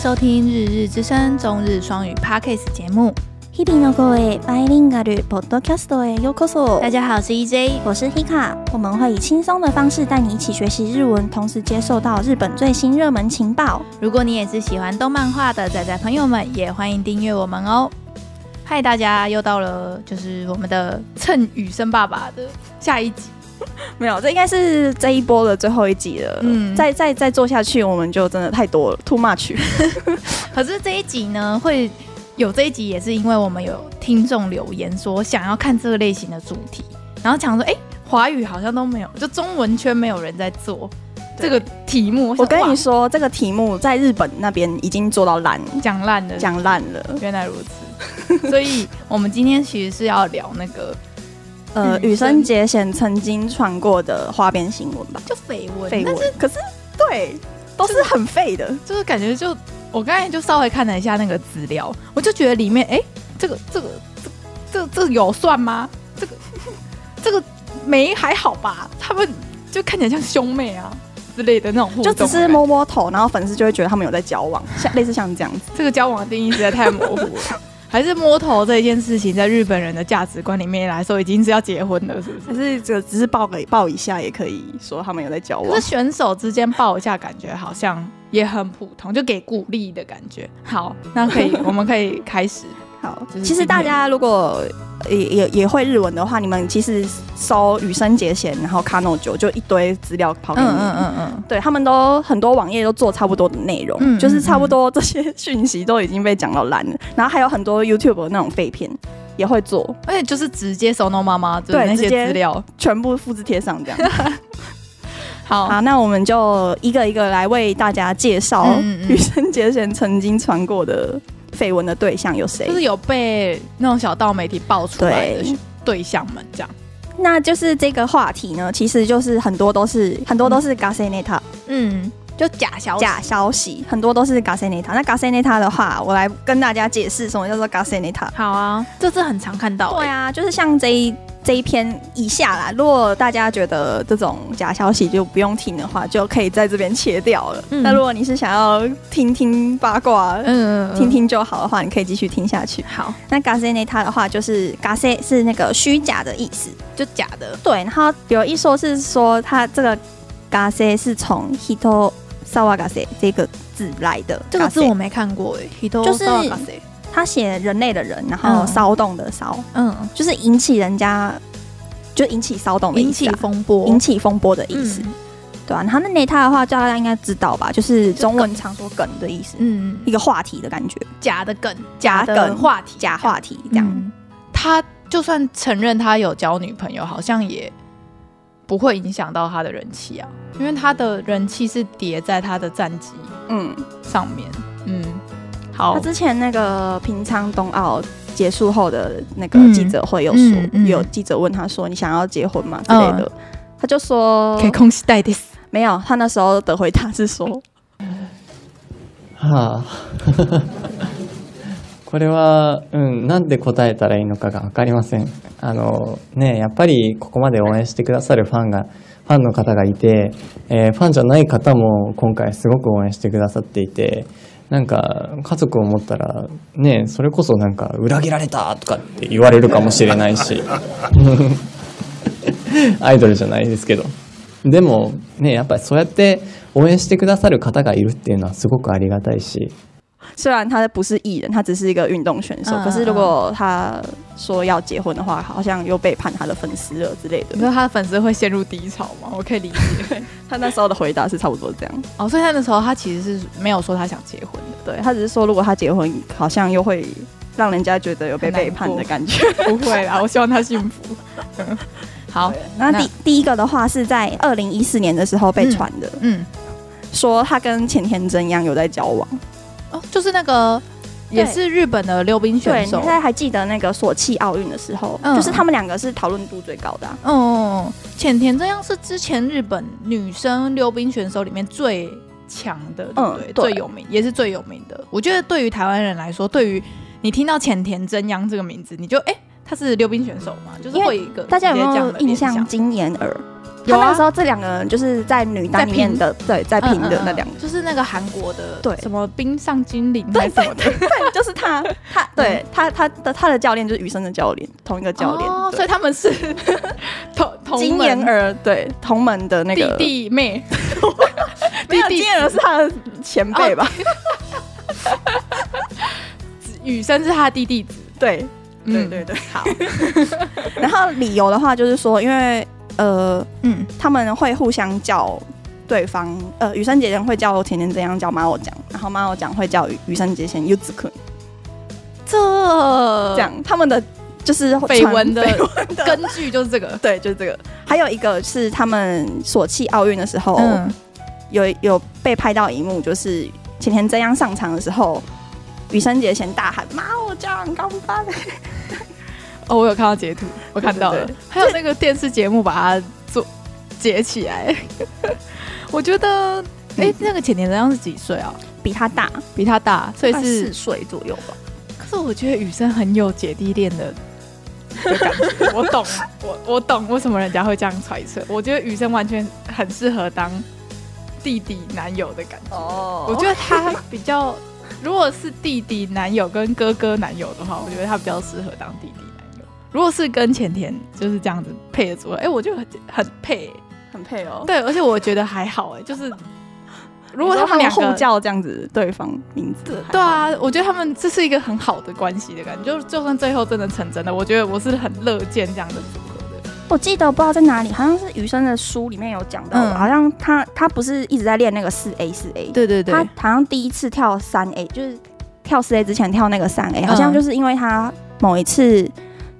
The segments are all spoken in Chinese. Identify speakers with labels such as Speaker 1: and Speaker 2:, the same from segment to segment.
Speaker 1: 收听《日日之声》中日双语 Podcast 节目。
Speaker 2: 日々の声 Bilingual Podcast へようこそ
Speaker 1: 大。家好，我是 E EJ。
Speaker 2: 我是 Hika，我们会以轻松的方式带你一起学习日文，同时接受到日本最新热门情报。
Speaker 1: 如果你也是喜欢动漫画的仔仔朋友们，也欢迎订阅我们哦。嗨，大家又到了就是我们的蹭雨生爸爸的下一集。
Speaker 2: 没有，这应该是这一波的最后一集了。
Speaker 1: 嗯
Speaker 2: 嗯，再再再做下去，我们就真的太多了，too much。
Speaker 1: 可是这一集呢，会有这一集也是因为我们有听众留言说想要看这个类型的主题，然后想说，哎、华语好像都没有，就中文圈没有人在做这个题目。
Speaker 2: 我跟你
Speaker 1: 说，
Speaker 2: 说，这个题目在日本那边已经做到烂，
Speaker 1: 哇讲烂的，
Speaker 2: 讲烂了。
Speaker 1: 原来如此。所以我们今天其实是要聊那个
Speaker 2: 呃，
Speaker 1: 羽
Speaker 2: 羽
Speaker 1: 生
Speaker 2: 生结弦曾经传过的花边新闻吧，
Speaker 1: 就绯闻，
Speaker 2: 绯
Speaker 1: 但
Speaker 2: 闻
Speaker 1: 是。
Speaker 2: 可嗯是对，都是很废的。
Speaker 1: 就是感觉就我刚才就稍微看了一下那个资料，我就觉得里面哎、诶这个这个这这这个有算吗？这个这个没还好吧？他们就看起来像兄妹啊之类的那种互
Speaker 2: 就
Speaker 1: 动，
Speaker 2: 只是摸摸头，然后粉丝就会觉得他们有在交往，像类似像这样子。
Speaker 1: 这个交往的定义实在太模糊了。 还是摸头这一件事情，在日本人的价值观里面来说，已经是要结婚了，是不
Speaker 2: 可
Speaker 1: 是？
Speaker 2: 是这个只是抱给抱一下，也可以说他们有在交
Speaker 1: 可
Speaker 2: 往
Speaker 1: 是。选手之间抱一下，感觉好像也很普通，就给鼓励的感觉。好，那可 以，我们可以开始。
Speaker 2: 好
Speaker 1: 就是，
Speaker 2: 其实大家如果也也也会日文的话，你们其实搜羽生结弦，然后 Kano 九就一堆资料跑给你。
Speaker 1: 嗯嗯。
Speaker 2: 对他们都很多网页都做差不多的内容，
Speaker 1: 嗯
Speaker 2: 就是差不多这些讯息都已经被讲到烂了。然后还有很多 YouTube 的那种废片也会做，
Speaker 1: 而且就是直接手弄妈妈，就是
Speaker 2: 对
Speaker 1: 那些
Speaker 2: 直接
Speaker 1: 资料。
Speaker 2: 全部复制贴上这样。
Speaker 1: 嗯好，
Speaker 2: 好，那我们就一个一个来为大家介绍
Speaker 1: 嗯嗯嗯
Speaker 2: 羽生结弦曾经传过的绯闻的对象有谁。
Speaker 1: 就是有被那种小道媒体爆出来的
Speaker 2: 对
Speaker 1: 对象们这样。
Speaker 2: 那就是这个话题呢，其实就是很多都是很多都是 g a s e n e t a
Speaker 1: 嗯，就假消息。
Speaker 2: 假消息，很多都是 g a s e n e t a 那 g a s e n e t a 的话，我来跟大家解释什么叫做 g a s e n e t a
Speaker 1: 好啊，这次很常看到、
Speaker 2: 对
Speaker 1: 啊，
Speaker 2: 啊，就是像这一这一篇以下啦，如果大家觉得这种假消息就不用听的话，就可以在这边切掉了。
Speaker 1: 嗯
Speaker 2: 那如果你是想要听听八卦，
Speaker 1: 嗯，嗯嗯
Speaker 2: 听听就好的话，你可以继续听下去。
Speaker 1: 好，
Speaker 2: 那 g a s e n e t a 的话，就是 g a s e 是那个虚假的意思，
Speaker 1: 就假的。
Speaker 2: 对。然后有一说是说它这个 g a s e 是从 hito sawa g a s e 这个字来的，
Speaker 1: 这个字
Speaker 2: gase
Speaker 1: 我没看过诶、欸，就
Speaker 2: 就是它写人类的人，然后
Speaker 1: 嗯
Speaker 2: 骚动的骚，
Speaker 1: 嗯，
Speaker 2: 就是引起人家就引起骚动的
Speaker 1: 引
Speaker 2: 意思
Speaker 1: 起
Speaker 2: 啊、
Speaker 1: 风波，
Speaker 2: 引起风波的意
Speaker 1: 嗯
Speaker 2: 思，对啊，然后那 neta 的话，大家应该知道吧，就是中文常说梗的意思，
Speaker 1: 嗯，
Speaker 2: 一个话题的感觉，
Speaker 1: 假的梗，
Speaker 2: 假
Speaker 1: 的
Speaker 2: 梗
Speaker 1: 话嗯题，
Speaker 2: 假话题
Speaker 1: 这
Speaker 2: 这
Speaker 1: 样。
Speaker 2: 样。
Speaker 1: 他就算承认他有交女朋友，好像也不会影响到他的人气啊，因为他的人气是叠在他的战绩
Speaker 2: 嗯，
Speaker 1: 上面。嗯，好
Speaker 2: 他，之前那个平昌冬奥结束后的那个
Speaker 1: 嗯
Speaker 2: 记者会有说，
Speaker 1: 嗯嗯哦
Speaker 2: 有记者问他说：“你想要结婚吗？”之类的，他就说
Speaker 1: 可以空气带 this。
Speaker 2: 没有。他那时候的回答是说
Speaker 3: はあ、 これは、うん、なんで答えたらいいのかがわかりません。あの、ね、やっぱりここまで応援してくださるファンが、ファンの方がいて、えーファンじゃない方も今回すごく応援してくださっていて、なんか、家族を持ったら、ね、それこそなんか、裏切られたとかって言われるかもしれないし、 アイドルじゃないですけど。でも、ね、やっぱりそうやって応援してくださる方がいるっていうのはすごくありがたいし、：“
Speaker 2: 虽然他不是艺人，他只是一个运动选手，
Speaker 1: 嗯
Speaker 2: 可是如果他说要结婚的话，好像又背叛他的粉丝了之类
Speaker 1: 你知道
Speaker 2: 的。
Speaker 1: 他的粉丝会陷入低潮吗？我可以理 解。”
Speaker 2: 他那时候的回答是差不多这样。
Speaker 1: 哦，所以他那时候他其实是没有说他想结婚的，
Speaker 2: 对他只是说，如果他结婚，好像又会让人家觉得有被
Speaker 1: 很难
Speaker 2: 背叛
Speaker 1: 过
Speaker 2: 的感觉。
Speaker 1: 不会啦，我希望他幸福。嗯 好，
Speaker 2: 那
Speaker 1: 那
Speaker 2: 第第一个的话是在二零一四年的时候被传的，
Speaker 1: 嗯，
Speaker 2: 说他跟前田真央有在交往。
Speaker 1: 哦，就是那个也
Speaker 2: 对
Speaker 1: 是日本的溜冰
Speaker 2: 对，
Speaker 1: 选
Speaker 2: 你
Speaker 1: 手
Speaker 2: 现，在还记得那个索契奥运的时候，
Speaker 1: 嗯
Speaker 2: 就是他们两个是讨论度最高的啊、
Speaker 1: 哦，浅田真央是之前日本女生溜冰选手里面最强的，对不
Speaker 2: 嗯
Speaker 1: 对？
Speaker 2: 对
Speaker 1: 最有名，也是最有名的。我觉得对于台湾人来说，对于你听到浅田真央这个名字，你就哎，她是溜冰选手嘛，就是
Speaker 2: 因为
Speaker 1: 会有一个
Speaker 2: 大家有
Speaker 1: 直接
Speaker 2: 没
Speaker 1: 这样
Speaker 2: 有
Speaker 1: 的
Speaker 2: 印
Speaker 1: 联想
Speaker 2: 象金妍儿？
Speaker 1: 有
Speaker 2: 他
Speaker 1: 啊
Speaker 2: 那个时候这两个人就是在嗯女单里面的，对，在拼的那两个，
Speaker 1: 嗯就是那个韩国的，
Speaker 2: 对
Speaker 1: 什么冰上精灵还
Speaker 2: 对
Speaker 1: 是什么的
Speaker 2: 对，就是他，他对他他的他的教练就是雨生的教练，同一个教练，
Speaker 1: 哦，
Speaker 2: 对
Speaker 1: 所以他们 是同同
Speaker 2: 金
Speaker 1: 门
Speaker 2: 妍儿对同门的那
Speaker 1: 弟
Speaker 2: 个
Speaker 1: 弟妹，
Speaker 2: 没有
Speaker 1: 弟弟
Speaker 2: 金妍儿是他的前辈吧？
Speaker 1: 雨生是他弟弟子，
Speaker 2: 对，对
Speaker 1: 嗯
Speaker 2: 对对， 好。然后理由的话就是说，因为呃，
Speaker 1: 嗯，
Speaker 2: 他们会互相叫对方，呃，雨生姐姐会叫甜甜怎样叫妈我讲，然后妈我讲会叫雨雨生姐
Speaker 1: 呃
Speaker 2: 姐柚子くん，
Speaker 1: 这
Speaker 2: 这样、他们的就是
Speaker 1: 绯闻的
Speaker 2: 传 绯闻的
Speaker 1: 根据就是这个，
Speaker 2: 对，就是这个。还有一个是他们索契奥运的时候，
Speaker 1: 嗯，
Speaker 2: 有有被拍到一幕，就是前田真央上场的时候，羽生结弦大喊“妈，我叫你刚发
Speaker 1: 哦，我有看到截图，我看到了
Speaker 2: 对对，
Speaker 1: 还有那个电视节目把它做截起来， 我觉得，哎
Speaker 2: 嗯，
Speaker 1: 那个浅田真央是几岁啊？
Speaker 2: 比他大，
Speaker 1: 比他大，所以
Speaker 2: 大概
Speaker 1: 是
Speaker 2: 四岁左右吧。
Speaker 1: 可是我觉得雨生很有姐弟恋的的感 觉，我懂，我我懂为什么人家会这样揣测。我觉得雨生完全很适合当弟弟男友的感觉。
Speaker 2: 哦
Speaker 1: 我觉得他比较， 如果是弟弟男友跟哥哥男友的话，我觉得他比较适合当弟弟男友。如果是跟浅田就是这样子配的组合，哎、我就很很配、欸
Speaker 2: 很配哦。
Speaker 1: 对，而且我觉得还好、哎， 就是如
Speaker 2: 如
Speaker 1: 果
Speaker 2: 果
Speaker 1: 他
Speaker 2: 他
Speaker 1: 们
Speaker 2: 们
Speaker 1: 两
Speaker 2: 两
Speaker 1: 个
Speaker 2: 个互叫这样子对方名字，还好
Speaker 1: 对，啊，我觉得他们这是一个很好的关系的感觉，就就算最后真的成真的，我觉得我是很乐见这样的组合的。
Speaker 2: 我记得不知道在哪里，好像是余生的书里面有讲到，
Speaker 1: 嗯
Speaker 2: 好像他他不是一直在练那个四 A 四 A，
Speaker 1: 对对
Speaker 2: 他好像第一次跳三 A，就是跳四 A 之前跳那个三 A，、好像
Speaker 1: 嗯
Speaker 2: 就是因为他某一次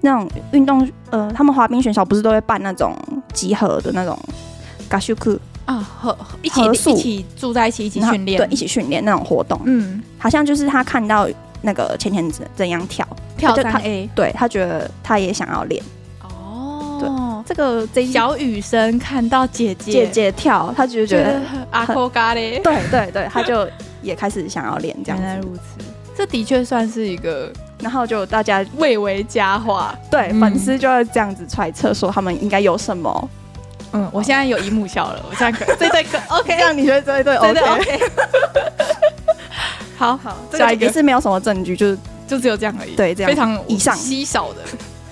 Speaker 2: 那种运动，呃，他们滑冰选手不是都会办那种集合的那种 g a s h u k
Speaker 1: 啊，合一起
Speaker 2: 合宿
Speaker 1: 一起住在一起，一起训练，
Speaker 2: 对，一起训练那种活动，
Speaker 1: 嗯，
Speaker 2: 好像就是他看到那个浅浅怎怎样跳，
Speaker 1: 跳
Speaker 2: 就他
Speaker 1: 三 A
Speaker 2: 对他觉得他也想要练
Speaker 1: 哦，
Speaker 2: 这个这一
Speaker 1: 小雨生看到姐姐
Speaker 2: 姐姐跳，他就觉
Speaker 1: 觉
Speaker 2: 得
Speaker 1: 得阿扣嘎嘞，
Speaker 2: 对对对，他就也开始想要练这
Speaker 1: 原来
Speaker 2: 样子，
Speaker 1: 如此，这的确算是一个
Speaker 2: 然后就大家
Speaker 1: 蔚为佳话。
Speaker 2: 对、
Speaker 1: 嗯
Speaker 2: 粉丝就会这样子揣测说他们应该有什么。
Speaker 1: 嗯，我现在有姨母笑了，我现在 可这对可 OK，
Speaker 2: 这样你觉得这一对
Speaker 1: 哦对
Speaker 2: OK？
Speaker 1: 对 OK。好好，
Speaker 2: 哦这
Speaker 1: 下
Speaker 2: 个
Speaker 1: 一个
Speaker 2: 也是没有什么证据，就是
Speaker 1: 就只有这样而已。
Speaker 2: 对这样
Speaker 1: 非常
Speaker 2: 以上
Speaker 1: 稀少的。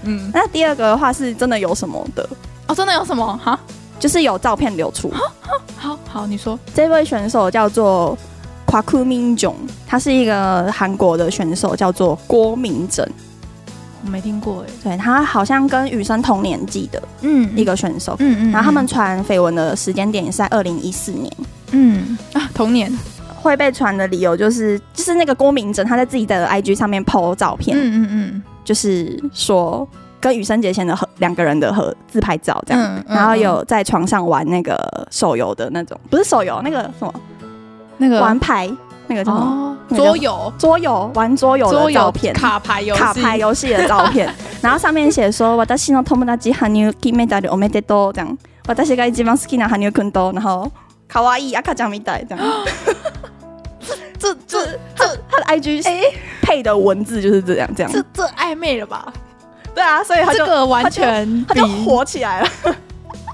Speaker 1: 嗯，
Speaker 2: 那第二个的话是真的有什么的，
Speaker 1: 哦，真的有什么？哈，
Speaker 2: 就是有照片流出。
Speaker 1: 好好，你说。
Speaker 2: 这位选手叫做 Kwaku Min Jong，他是一个韩国的选手，叫做郭明正。
Speaker 1: 我没听过哎。
Speaker 2: 对他好像跟雨生同年纪的
Speaker 1: 嗯
Speaker 2: 一，个选手。
Speaker 1: 嗯嗯
Speaker 2: 然后他们，传绯闻的时间点也是在二零一四年，
Speaker 1: 嗯啊，童年。
Speaker 2: 会被传的理由就是，就是那个郭明正他在自己的 IG 上面 PO 照片，
Speaker 1: 嗯嗯
Speaker 2: 就是说跟羽生结弦的合两个人的合自拍照这样，
Speaker 1: 嗯嗯
Speaker 2: 然后有在床上玩那个手游的那种，不是手游，那个什么、
Speaker 1: 嗯，那个
Speaker 2: 玩牌，那个叫什么、
Speaker 1: 哦，
Speaker 2: 那个叫
Speaker 1: 桌游，
Speaker 2: 桌游玩桌游
Speaker 1: 桌游
Speaker 2: 的照片。
Speaker 1: 卡牌游戏
Speaker 2: 卡牌。游戏的照 片，然后上面写说“私の友達羽生金メダルおめでとう”这样，私が一番好きな羽生くんと，然后可愛い赤ちゃんみたい 这样，
Speaker 1: 这这
Speaker 2: 他的 IG
Speaker 1: 哎
Speaker 2: 配的文字就是这样这样，
Speaker 1: 这这暧昧了吧？
Speaker 2: 对啊，所以嗯他
Speaker 1: 这
Speaker 2: 就
Speaker 1: 个完全
Speaker 2: 他
Speaker 1: 比
Speaker 2: 就火起来了，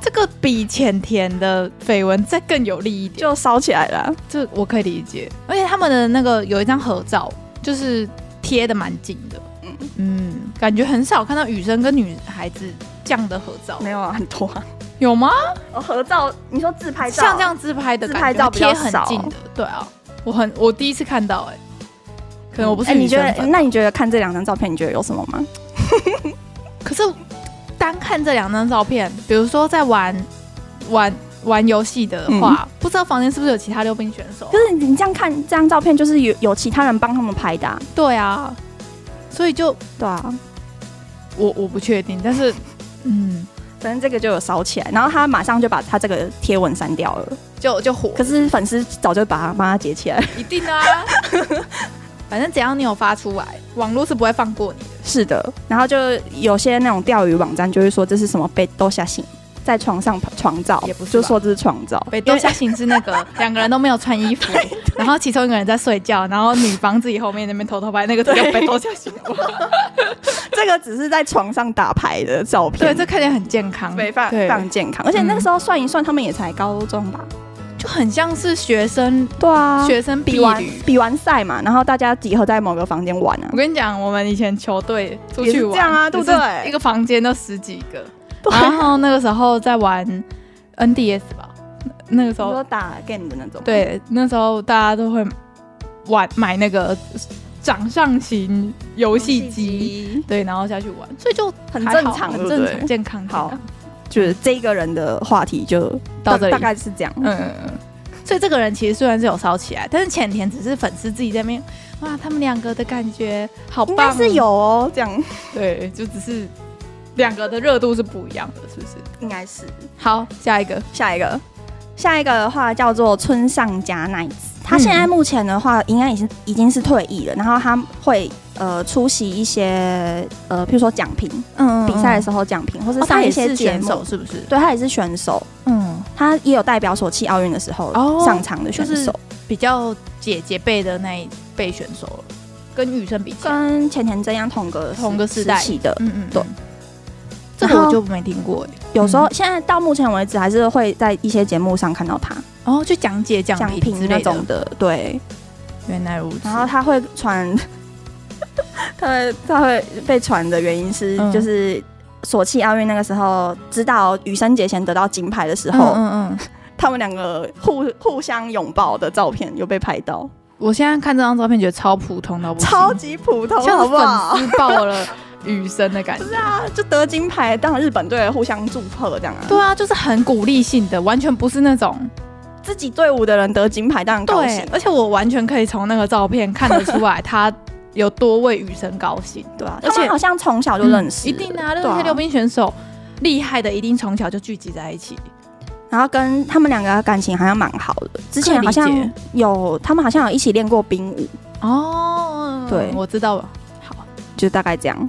Speaker 1: 这个比浅田的绯闻再更有利一点。
Speaker 2: 就烧起来了啊。
Speaker 1: 这我可以理解，而且他们的那个有一张合照，就是贴的蛮近的，嗯
Speaker 2: 嗯
Speaker 1: 感觉很少看到女生跟女孩子这样的合照，
Speaker 2: 没有啊，很多啊。
Speaker 1: 有吗？
Speaker 2: 哦，合照，你说自拍照，
Speaker 1: 像这，样自拍的
Speaker 2: 自
Speaker 1: 感
Speaker 2: 拍
Speaker 1: 觉
Speaker 2: 照比
Speaker 1: 贴
Speaker 2: 较
Speaker 1: 很
Speaker 2: 少
Speaker 1: 近的，对啊，我很我第一次看到、哎，可能我不是
Speaker 2: 哎
Speaker 1: 女
Speaker 2: 你觉
Speaker 1: 生
Speaker 2: 得？
Speaker 1: 粉
Speaker 2: 那你觉得看这两张照片，你觉得有什么吗？
Speaker 1: 可是单看这两张照片，比如说在玩玩玩游戏的话，不知道房间是不是有其他溜冰选手
Speaker 2: 就？是你这样看这张照片，就是有有其他人帮他们拍的、啊，
Speaker 1: 对啊，所以就
Speaker 2: 对啊。
Speaker 1: 我我不确定，但是嗯，
Speaker 2: 反正这个就有烧起来，然后他马上就把他这个贴文删掉了。
Speaker 1: 就就火了
Speaker 2: 可是粉丝早就把他帮他截起 来。
Speaker 1: 一定的啊。反正只要你有发出来，网络是不会放过你的。
Speaker 2: 是的，然后就有些那种钓鱼网站就会说这是什么被都下信，在床上床照，
Speaker 1: 也不是吧
Speaker 2: 就说这是床照。
Speaker 1: 北斗下行是那个两个人都没有穿衣服，然后其中一个人在睡觉，然后女方自己后面那边偷偷拍，那个叫北斗下行。
Speaker 2: 这个只是在床上打牌的照片，
Speaker 1: 对，这看起来很健康，
Speaker 2: 非常非
Speaker 1: 对
Speaker 2: 常健康。而且那个时候算一算，他们也才高中吧？
Speaker 1: 就很像是学生
Speaker 2: 对啊，
Speaker 1: 学生
Speaker 2: 比
Speaker 1: 避
Speaker 2: 完
Speaker 1: 旅。
Speaker 2: 比完赛嘛，然后大家集合在某个房间玩啊
Speaker 1: 我。跟你讲，我们以前球队出
Speaker 2: 也是
Speaker 1: 去玩，
Speaker 2: 这样啊对不对
Speaker 1: 就是一个房间都十几个，
Speaker 2: 对
Speaker 1: 然后那个时候在玩 NDS 吧，那个时
Speaker 2: 你
Speaker 1: 候
Speaker 2: 说打 game 的那种，，
Speaker 1: 对，那时候大家都会玩买那个掌上型游戏机，对，然后下去玩，所以就
Speaker 2: 很
Speaker 1: 还好
Speaker 2: 正常
Speaker 1: 很
Speaker 2: 对不
Speaker 1: 正
Speaker 2: 对
Speaker 1: 常，健康。
Speaker 2: 好
Speaker 1: 健康
Speaker 2: 就是这一个人的话题就
Speaker 1: 到这里
Speaker 2: 大大概是这样。
Speaker 1: 嗯嗯嗯。所以这个人其实虽然是有烧起来，但是浅田只是粉丝自己在那边，哇，他们两个的感觉好
Speaker 2: 应
Speaker 1: 棒、
Speaker 2: 该
Speaker 1: 哦，
Speaker 2: 是有哦，这样
Speaker 1: 对，就只是两个的热度是不一样的，是不是？
Speaker 2: 应该是。
Speaker 1: 好，下一个，
Speaker 2: 下一个，下一个的话叫做村上佳奈子。他现在目前的话，应该已经已经是退役了，然后他会呃出席一些呃，譬如说奖评
Speaker 1: 嗯
Speaker 2: 比赛的时候奖评，或哦是
Speaker 1: 候
Speaker 2: 上
Speaker 1: 上
Speaker 2: 一
Speaker 1: 一
Speaker 2: 些
Speaker 1: 些
Speaker 2: 节
Speaker 1: 选
Speaker 2: 目。
Speaker 1: 手是不是？
Speaker 2: 对他也是选手，
Speaker 1: 嗯，
Speaker 2: 他也有代表索契奥运的时候
Speaker 1: 哦
Speaker 2: 上场的选手，
Speaker 1: 就是比较姐姐辈的那一辈选手了，跟羽生比起来，
Speaker 2: 跟前田真央同个
Speaker 1: 同个世代
Speaker 2: 时期的。
Speaker 1: 嗯嗯，
Speaker 2: 对
Speaker 1: 嗯。这个我就没听过，欸
Speaker 2: 有时候、现在到目前为止，还是会在一些节目上看到他
Speaker 1: 然哦后就讲解奖
Speaker 2: 奖
Speaker 1: 品之
Speaker 2: 评那
Speaker 1: 类
Speaker 2: 种
Speaker 1: 的。
Speaker 2: 的，对。
Speaker 1: 原来如此。
Speaker 2: 然后他会传， 他会他会被传的原因是，
Speaker 1: 嗯
Speaker 2: 就是索契奥运那个时候，知道羽生结弦得到金牌的时
Speaker 1: 嗯
Speaker 2: 候，
Speaker 1: 嗯嗯，
Speaker 2: 他们两个互互相拥抱的照片有被拍到，
Speaker 1: 我现在看这张照片，觉得超普通到不行，
Speaker 2: 超级普通，
Speaker 1: 像
Speaker 2: 好
Speaker 1: 是
Speaker 2: 不好？
Speaker 1: 粉丝爆了雨生的 感觉。
Speaker 2: 啊，就得金牌，当日本队互相祝贺这样啊。
Speaker 1: 对啊，就是很鼓励性的，完全不是那种
Speaker 2: 自己队伍的人得金牌，当然高
Speaker 1: 对
Speaker 2: 兴，。
Speaker 1: 而且我完全可以从那个照片看得出来，他有多为雨生高 兴。
Speaker 2: 对啊，
Speaker 1: 而
Speaker 2: 而
Speaker 1: 且
Speaker 2: 且好像从小就认识、
Speaker 1: 一定啊，
Speaker 2: 对
Speaker 1: 那些溜冰选手厉害的，一定从小就聚集在一起。
Speaker 2: 然后跟他们两个感情好像蛮好的，之前好像
Speaker 1: 可以理解
Speaker 2: 有他们好像有一起练过兵舞，
Speaker 1: 哦，
Speaker 2: 对
Speaker 1: 我知道了。好，
Speaker 2: 就大概这样，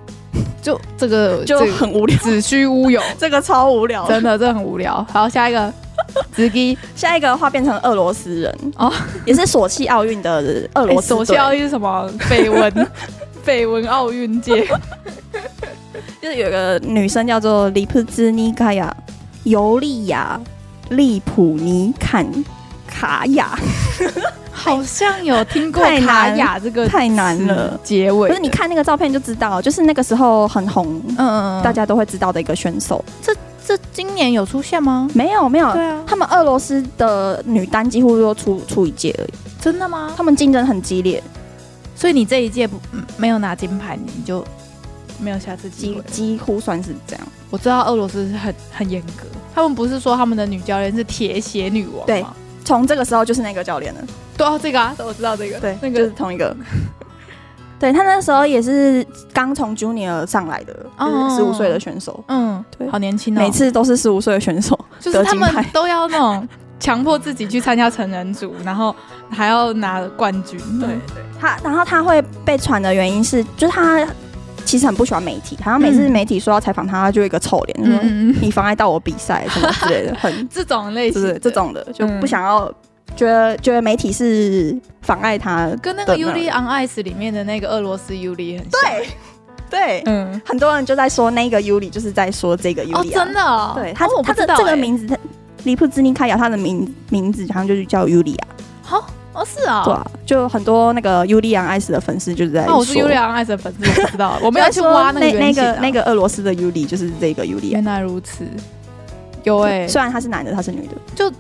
Speaker 1: 就这个
Speaker 2: 就
Speaker 1: 嗯 这个
Speaker 2: 很无聊。
Speaker 1: 子虚乌有，
Speaker 2: 这个超无 聊
Speaker 1: 真的，这很无聊。好，下一个，子基，
Speaker 2: 下一个的话变成俄罗斯人
Speaker 1: 哦哎
Speaker 2: 哦，也是索契奥运的俄罗斯
Speaker 1: 首先
Speaker 2: 队。
Speaker 1: 要一是什么？绯闻， 绯闻奥运界。
Speaker 2: 就是有个女生叫做里普兹尼卡亚，尤利亚利普尼坎卡亚，
Speaker 1: 好像有听过
Speaker 2: 太
Speaker 1: 卡
Speaker 2: 难
Speaker 1: 雅这个
Speaker 2: 太难了
Speaker 1: 词结尾
Speaker 2: 不
Speaker 1: 的，
Speaker 2: 是你看那个照片就知道，就是那个时候很红，
Speaker 1: 嗯，嗯嗯，
Speaker 2: 大家都会知道的一个选手。
Speaker 1: 这今年有出现吗？
Speaker 2: 没有没有，
Speaker 1: 啊，
Speaker 2: 他们俄罗斯的女单几乎都出出一届而已，
Speaker 1: 真的吗？
Speaker 2: 他们竞争很激烈，
Speaker 1: 所以你这一届不嗯没有拿金牌，你就没有下次机
Speaker 2: 几
Speaker 1: 会。
Speaker 2: 几乎算是这样。
Speaker 1: 我知道俄罗斯是很很严格，他们不是说他们的女教练是铁血女王
Speaker 2: 对
Speaker 1: 吗？
Speaker 2: 从这个时候就是那个教练了。
Speaker 1: 对啊，这个啊，我知道这个，
Speaker 2: 对，
Speaker 1: 那
Speaker 2: 就是
Speaker 1: 个
Speaker 2: 同一个。 对他那时候也是刚从 junior 上来的，
Speaker 1: 哦
Speaker 2: 就是十五岁的选手，
Speaker 1: 嗯，
Speaker 2: 对
Speaker 1: 好年轻哦，
Speaker 2: 每次都是十五岁的选 手。
Speaker 1: 就是他们
Speaker 2: 得金牌
Speaker 1: 都要那种强迫自己去参加成人组，然后还要拿冠军，对，
Speaker 2: 他然后他会被传的原因是，就是他其实很不喜欢媒体，好像每次
Speaker 1: 嗯
Speaker 2: 媒体说要采访他，他就有一个臭脸，就
Speaker 1: 嗯
Speaker 2: 说、
Speaker 1: 嗯嗯，
Speaker 2: 你妨碍到我比赛什么之类 的，很
Speaker 1: 这种类
Speaker 2: 就
Speaker 1: 型
Speaker 2: 是
Speaker 1: 的
Speaker 2: 这种的，就
Speaker 1: 嗯
Speaker 2: 不想要。觉得觉得媒体是妨碍他，
Speaker 1: 跟那个《
Speaker 2: 的那
Speaker 1: Uli on Ice》里面的那个俄罗斯 Uli 很像。
Speaker 2: 对对，
Speaker 1: 嗯，
Speaker 2: 很多人就在说那个尤里，就是在说这个尤
Speaker 1: 哦，
Speaker 2: 里、啊
Speaker 1: 真的哦，
Speaker 2: 对，他、
Speaker 1: 哦我不
Speaker 2: 他
Speaker 1: 知
Speaker 2: 的
Speaker 1: 道
Speaker 2: 这个
Speaker 1: 欸，
Speaker 2: 名字，他里普兹尼卡雅，他的名名字好像就是叫尤里亚，
Speaker 1: 好，哦是啊，
Speaker 2: 对啊，就很多那个尤里亚爱死的粉丝就是在
Speaker 1: 那
Speaker 2: 说，
Speaker 1: 我是 Uli on Ice 的粉丝，我不知 道，我
Speaker 2: 我
Speaker 1: 们要去挖
Speaker 2: 那
Speaker 1: 那个
Speaker 2: 那
Speaker 1: 原型
Speaker 2: 个
Speaker 1: 啊
Speaker 2: 那。个俄罗斯的尤里就是这个尤里亚
Speaker 1: 原，来如此，有 哎，
Speaker 2: 虽然他是男的，他是女的，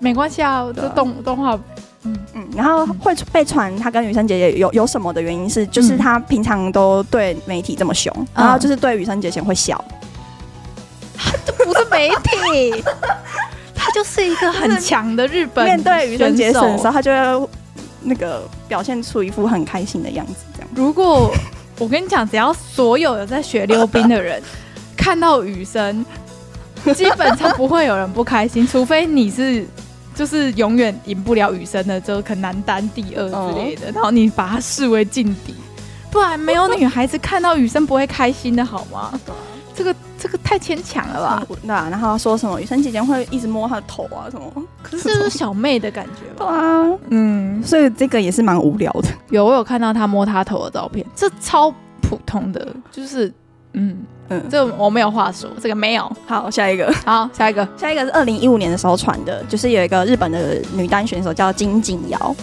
Speaker 1: 没关系啊，这
Speaker 2: 啊
Speaker 1: 动动画
Speaker 2: 嗯，然后
Speaker 1: 嗯
Speaker 2: 会被传他跟雨生姐姐有有什么的原因是，就是
Speaker 1: 嗯
Speaker 2: 他平常都对媒体这么凶，然后就是对雨生姐姐会笑，
Speaker 1: 不是媒体， 他就是一个很强的日本
Speaker 2: 面对雨生姐姐的
Speaker 1: 选
Speaker 2: 时
Speaker 1: 手
Speaker 2: 候，。他就会那个表现出一副很开心的样子，这样。
Speaker 1: 如果我跟你讲，只要所有有在学溜冰的人看到雨声，基本上不会有人不开心，除非你是就是永远赢不了雨声的，就可能男单第二之类的，然后你把它视为劲敌，不然没有女孩子看到雨声不会开心的好吗？这个这个太牵强了吧？
Speaker 2: 对啊，然后说什么雨生姐姐会一直摸她的头啊什么，可
Speaker 1: 这就是小妹的感觉
Speaker 2: 对
Speaker 1: 吧？
Speaker 2: 啊，
Speaker 1: 嗯，
Speaker 2: 所以这个也是蛮无聊的。
Speaker 1: 有我有看到她摸她头的照片，这超普通的，就是嗯，
Speaker 2: 嗯，
Speaker 1: 这个我没有话说，这个没有。
Speaker 2: 好，下一个，
Speaker 1: 好，下一个，
Speaker 2: 下一个是二零一五年的时候传的，就是有一个日本的女单选手叫金景瑶，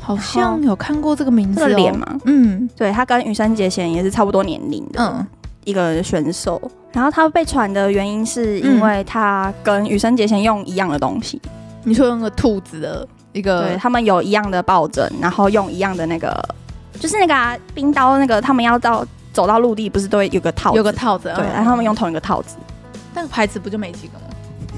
Speaker 1: 好像有看过这个名字、
Speaker 2: 这
Speaker 1: 哦，
Speaker 2: 个脸嘛，
Speaker 1: 嗯
Speaker 2: 对她跟羽生结弦也是差不多年龄的
Speaker 1: 嗯
Speaker 2: 一个选手。然后她被传的原因是
Speaker 1: 嗯
Speaker 2: 因为她跟羽生结弦用一样的东西，
Speaker 1: 你说用个兔子的一
Speaker 2: 对
Speaker 1: 个，
Speaker 2: 他们有一样的抱枕，然后用一样的那个，就是那个、啊、冰刀那个，他们要到走到陆地不是都会有个套子，
Speaker 1: 有个套子，
Speaker 2: 对，
Speaker 1: 嗯
Speaker 2: 然后他们用同一个套子。
Speaker 1: 那个牌子不就没几个吗？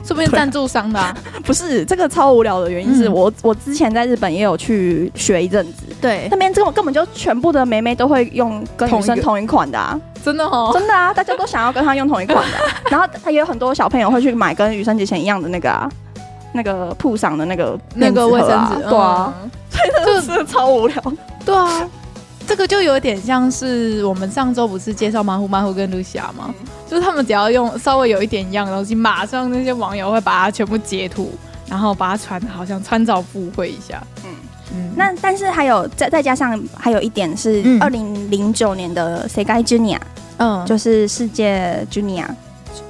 Speaker 1: 说不定赞助商的、啊，
Speaker 2: 不是这个超无聊的原因是
Speaker 1: 嗯
Speaker 2: 我、我之前在日本也有去学一阵子，
Speaker 1: 对，
Speaker 2: 那边根本根本就全部的妹妹都会用跟女
Speaker 1: 同一
Speaker 2: 生
Speaker 1: 个
Speaker 2: 同一款的啊，
Speaker 1: 真的哦，
Speaker 2: 真的啊，大家都想要跟她用同一款 的啊、然后她也有很多小朋友会去买跟羽生结弦一样的那个啊，那个铺上的那个
Speaker 1: 那个卫
Speaker 2: 面
Speaker 1: 生
Speaker 2: 纸
Speaker 1: 纸，
Speaker 2: 盒啊对啊，
Speaker 1: 嗯
Speaker 2: 这真的超无聊。
Speaker 1: 对啊，这个就有点像是我们上周不是介绍马虎马虎跟露西亚吗？
Speaker 2: 嗯
Speaker 1: 就是他们只要用稍微有一点一样的东西，马上那些网友会把它全部截图，然后把它传，好像穿凿附会一下。嗯
Speaker 2: 嗯
Speaker 1: 嗯，
Speaker 2: 那但是还有再再加上还有一点是
Speaker 1: 嗯
Speaker 2: 二零零九年的 Segai Junior，、
Speaker 1: 嗯，就
Speaker 2: 就是世界 Junior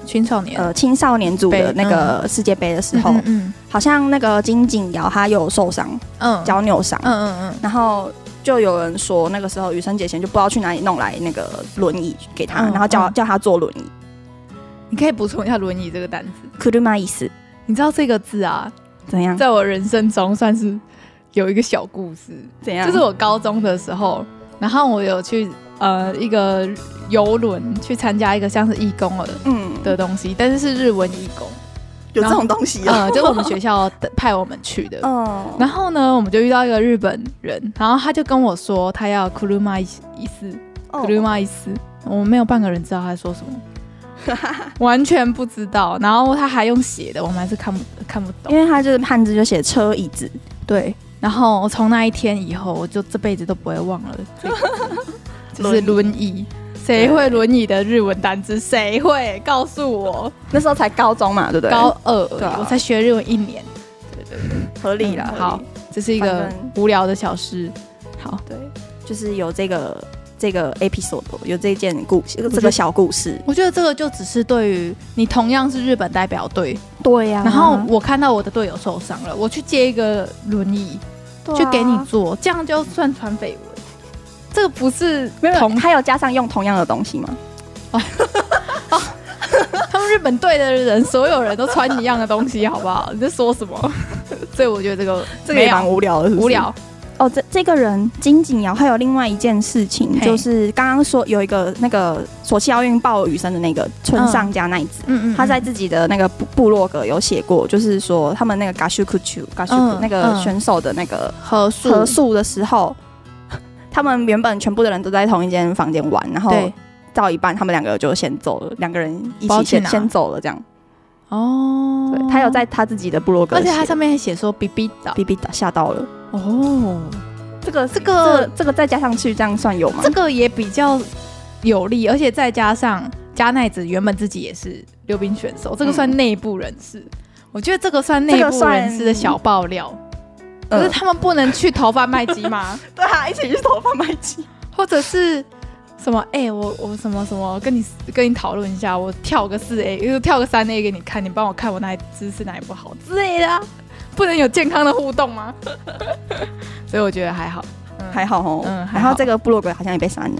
Speaker 1: 青少年
Speaker 2: 呃青少年组
Speaker 1: 杯
Speaker 2: 的那个世界杯的时
Speaker 1: 之
Speaker 2: 候，
Speaker 1: 嗯嗯
Speaker 2: 好像那个金景瑶她有受伤，
Speaker 1: 嗯，
Speaker 2: 脚扭伤，
Speaker 1: 嗯嗯嗯
Speaker 2: 然后就有人说那个时候羽生结弦就不知道去哪里弄来那个轮椅给她，
Speaker 1: 嗯
Speaker 2: 然后叫、
Speaker 1: 嗯
Speaker 2: 叫她坐轮椅。
Speaker 1: 嗯，你可以补充一下轮椅这个单词。
Speaker 2: 車椅子
Speaker 1: 你知道这个字啊，
Speaker 2: 怎样？
Speaker 1: 在我人生中算是有一个小故事。
Speaker 2: 怎样？
Speaker 1: 就是我高中的时候，然后我有去呃一个游轮去参加一个像是义工的
Speaker 2: 嗯，
Speaker 1: 的东西，但是是日文义 工，
Speaker 2: 有这种东西啊。
Speaker 1: 呃，就是我们学校的派我们去的。
Speaker 2: 嗯，
Speaker 1: 然后呢，我们就遇到一个日本人，然后他就跟我说他要库鲁马伊斯，库鲁
Speaker 2: 哦
Speaker 1: 马伊斯，我们没有半个人知道他在说什 么。完全不知道，然后他还用写的，我们还是看不看不懂
Speaker 2: 因。为他就是汉字就写车椅子，
Speaker 1: 对，然后从那一天以后，我就这辈子都不会忘了这个 字，就是轮椅。谁会轮椅的日文单词？谁会？告诉我。
Speaker 2: 那时候才高中嘛，对不对？
Speaker 1: 高二而已
Speaker 2: 对啊
Speaker 1: 我才学日文一年，
Speaker 2: 合理了
Speaker 1: 嗯，好
Speaker 2: 合理，
Speaker 1: 这是一个
Speaker 2: 反正
Speaker 1: 无聊的小事。好，
Speaker 2: 对，就是有这个这个 episode，有这件故事，这个小故事。
Speaker 1: 我觉得这个就只是对于你同样是日本代表队，
Speaker 2: 对呀
Speaker 1: 然后我看到我的队友受伤了，我去借一个轮椅
Speaker 2: 啊
Speaker 1: 去给你
Speaker 2: 哦
Speaker 1: 坐，这样就算传绯闻。这个不是
Speaker 2: 没有，
Speaker 1: 同
Speaker 2: 他有加上用同样的东西吗？
Speaker 1: 他们日本队的人，所有人都穿一样的东西，好不好？你在说 什么？所以我觉得这个没
Speaker 2: 也蛮
Speaker 1: 有
Speaker 2: 无聊的是不是
Speaker 1: 无聊，
Speaker 2: 哦。这这个人金景瑶，还有另外一件事情，
Speaker 1: 嘿
Speaker 2: 就是刚刚说有一个那个索契奥运爆雨生的那个村上家奈子。
Speaker 1: 嗯
Speaker 2: 他在自己的那个部部落格有写过，就是说他们那个 gashukuchu gashuku、
Speaker 1: 嗯
Speaker 2: 那个
Speaker 1: 嗯
Speaker 2: 选手的那个
Speaker 1: 合宿
Speaker 2: 合宿的时候，他们原本全部的人都在同一间房间玩，然后
Speaker 1: 对
Speaker 2: 到一半，他们两个就先走了，两个人一
Speaker 1: 包
Speaker 2: 起
Speaker 1: 去
Speaker 2: 先
Speaker 1: 哪
Speaker 2: 先走了，这样。
Speaker 1: 哦
Speaker 2: 对，他有，在他自己的部落格
Speaker 1: 而
Speaker 2: 写，
Speaker 1: 且他上面还写说 “bb” 的
Speaker 2: 哔哔打吓到了。
Speaker 1: 哦，
Speaker 2: 这个
Speaker 1: 这
Speaker 2: 这
Speaker 1: 个
Speaker 2: 个这个再加上去，这样算有吗
Speaker 1: 这？个也比较有利，而且再加上加奈子原本自己也是溜冰选手，这个算内部人士。我觉得这个算内
Speaker 2: 嗯这个
Speaker 1: 部
Speaker 2: 算
Speaker 1: 人士的小爆料，可是
Speaker 2: 嗯，
Speaker 1: 他们不能去投贩卖机吗？
Speaker 2: 对啊，一起去投贩卖机。
Speaker 1: 或者是什么？哎、我我什么什么，跟你跟你讨论一下，我跳个四 A，又跳个三 A 给你看，你帮我看我哪里姿势哪里不好之类的、啊，不能有健康的互动吗？ 所以我觉得还好，嗯
Speaker 2: 还好哦。
Speaker 1: 嗯还
Speaker 2: 然
Speaker 1: 好
Speaker 2: 后这个部落格好像也被删了。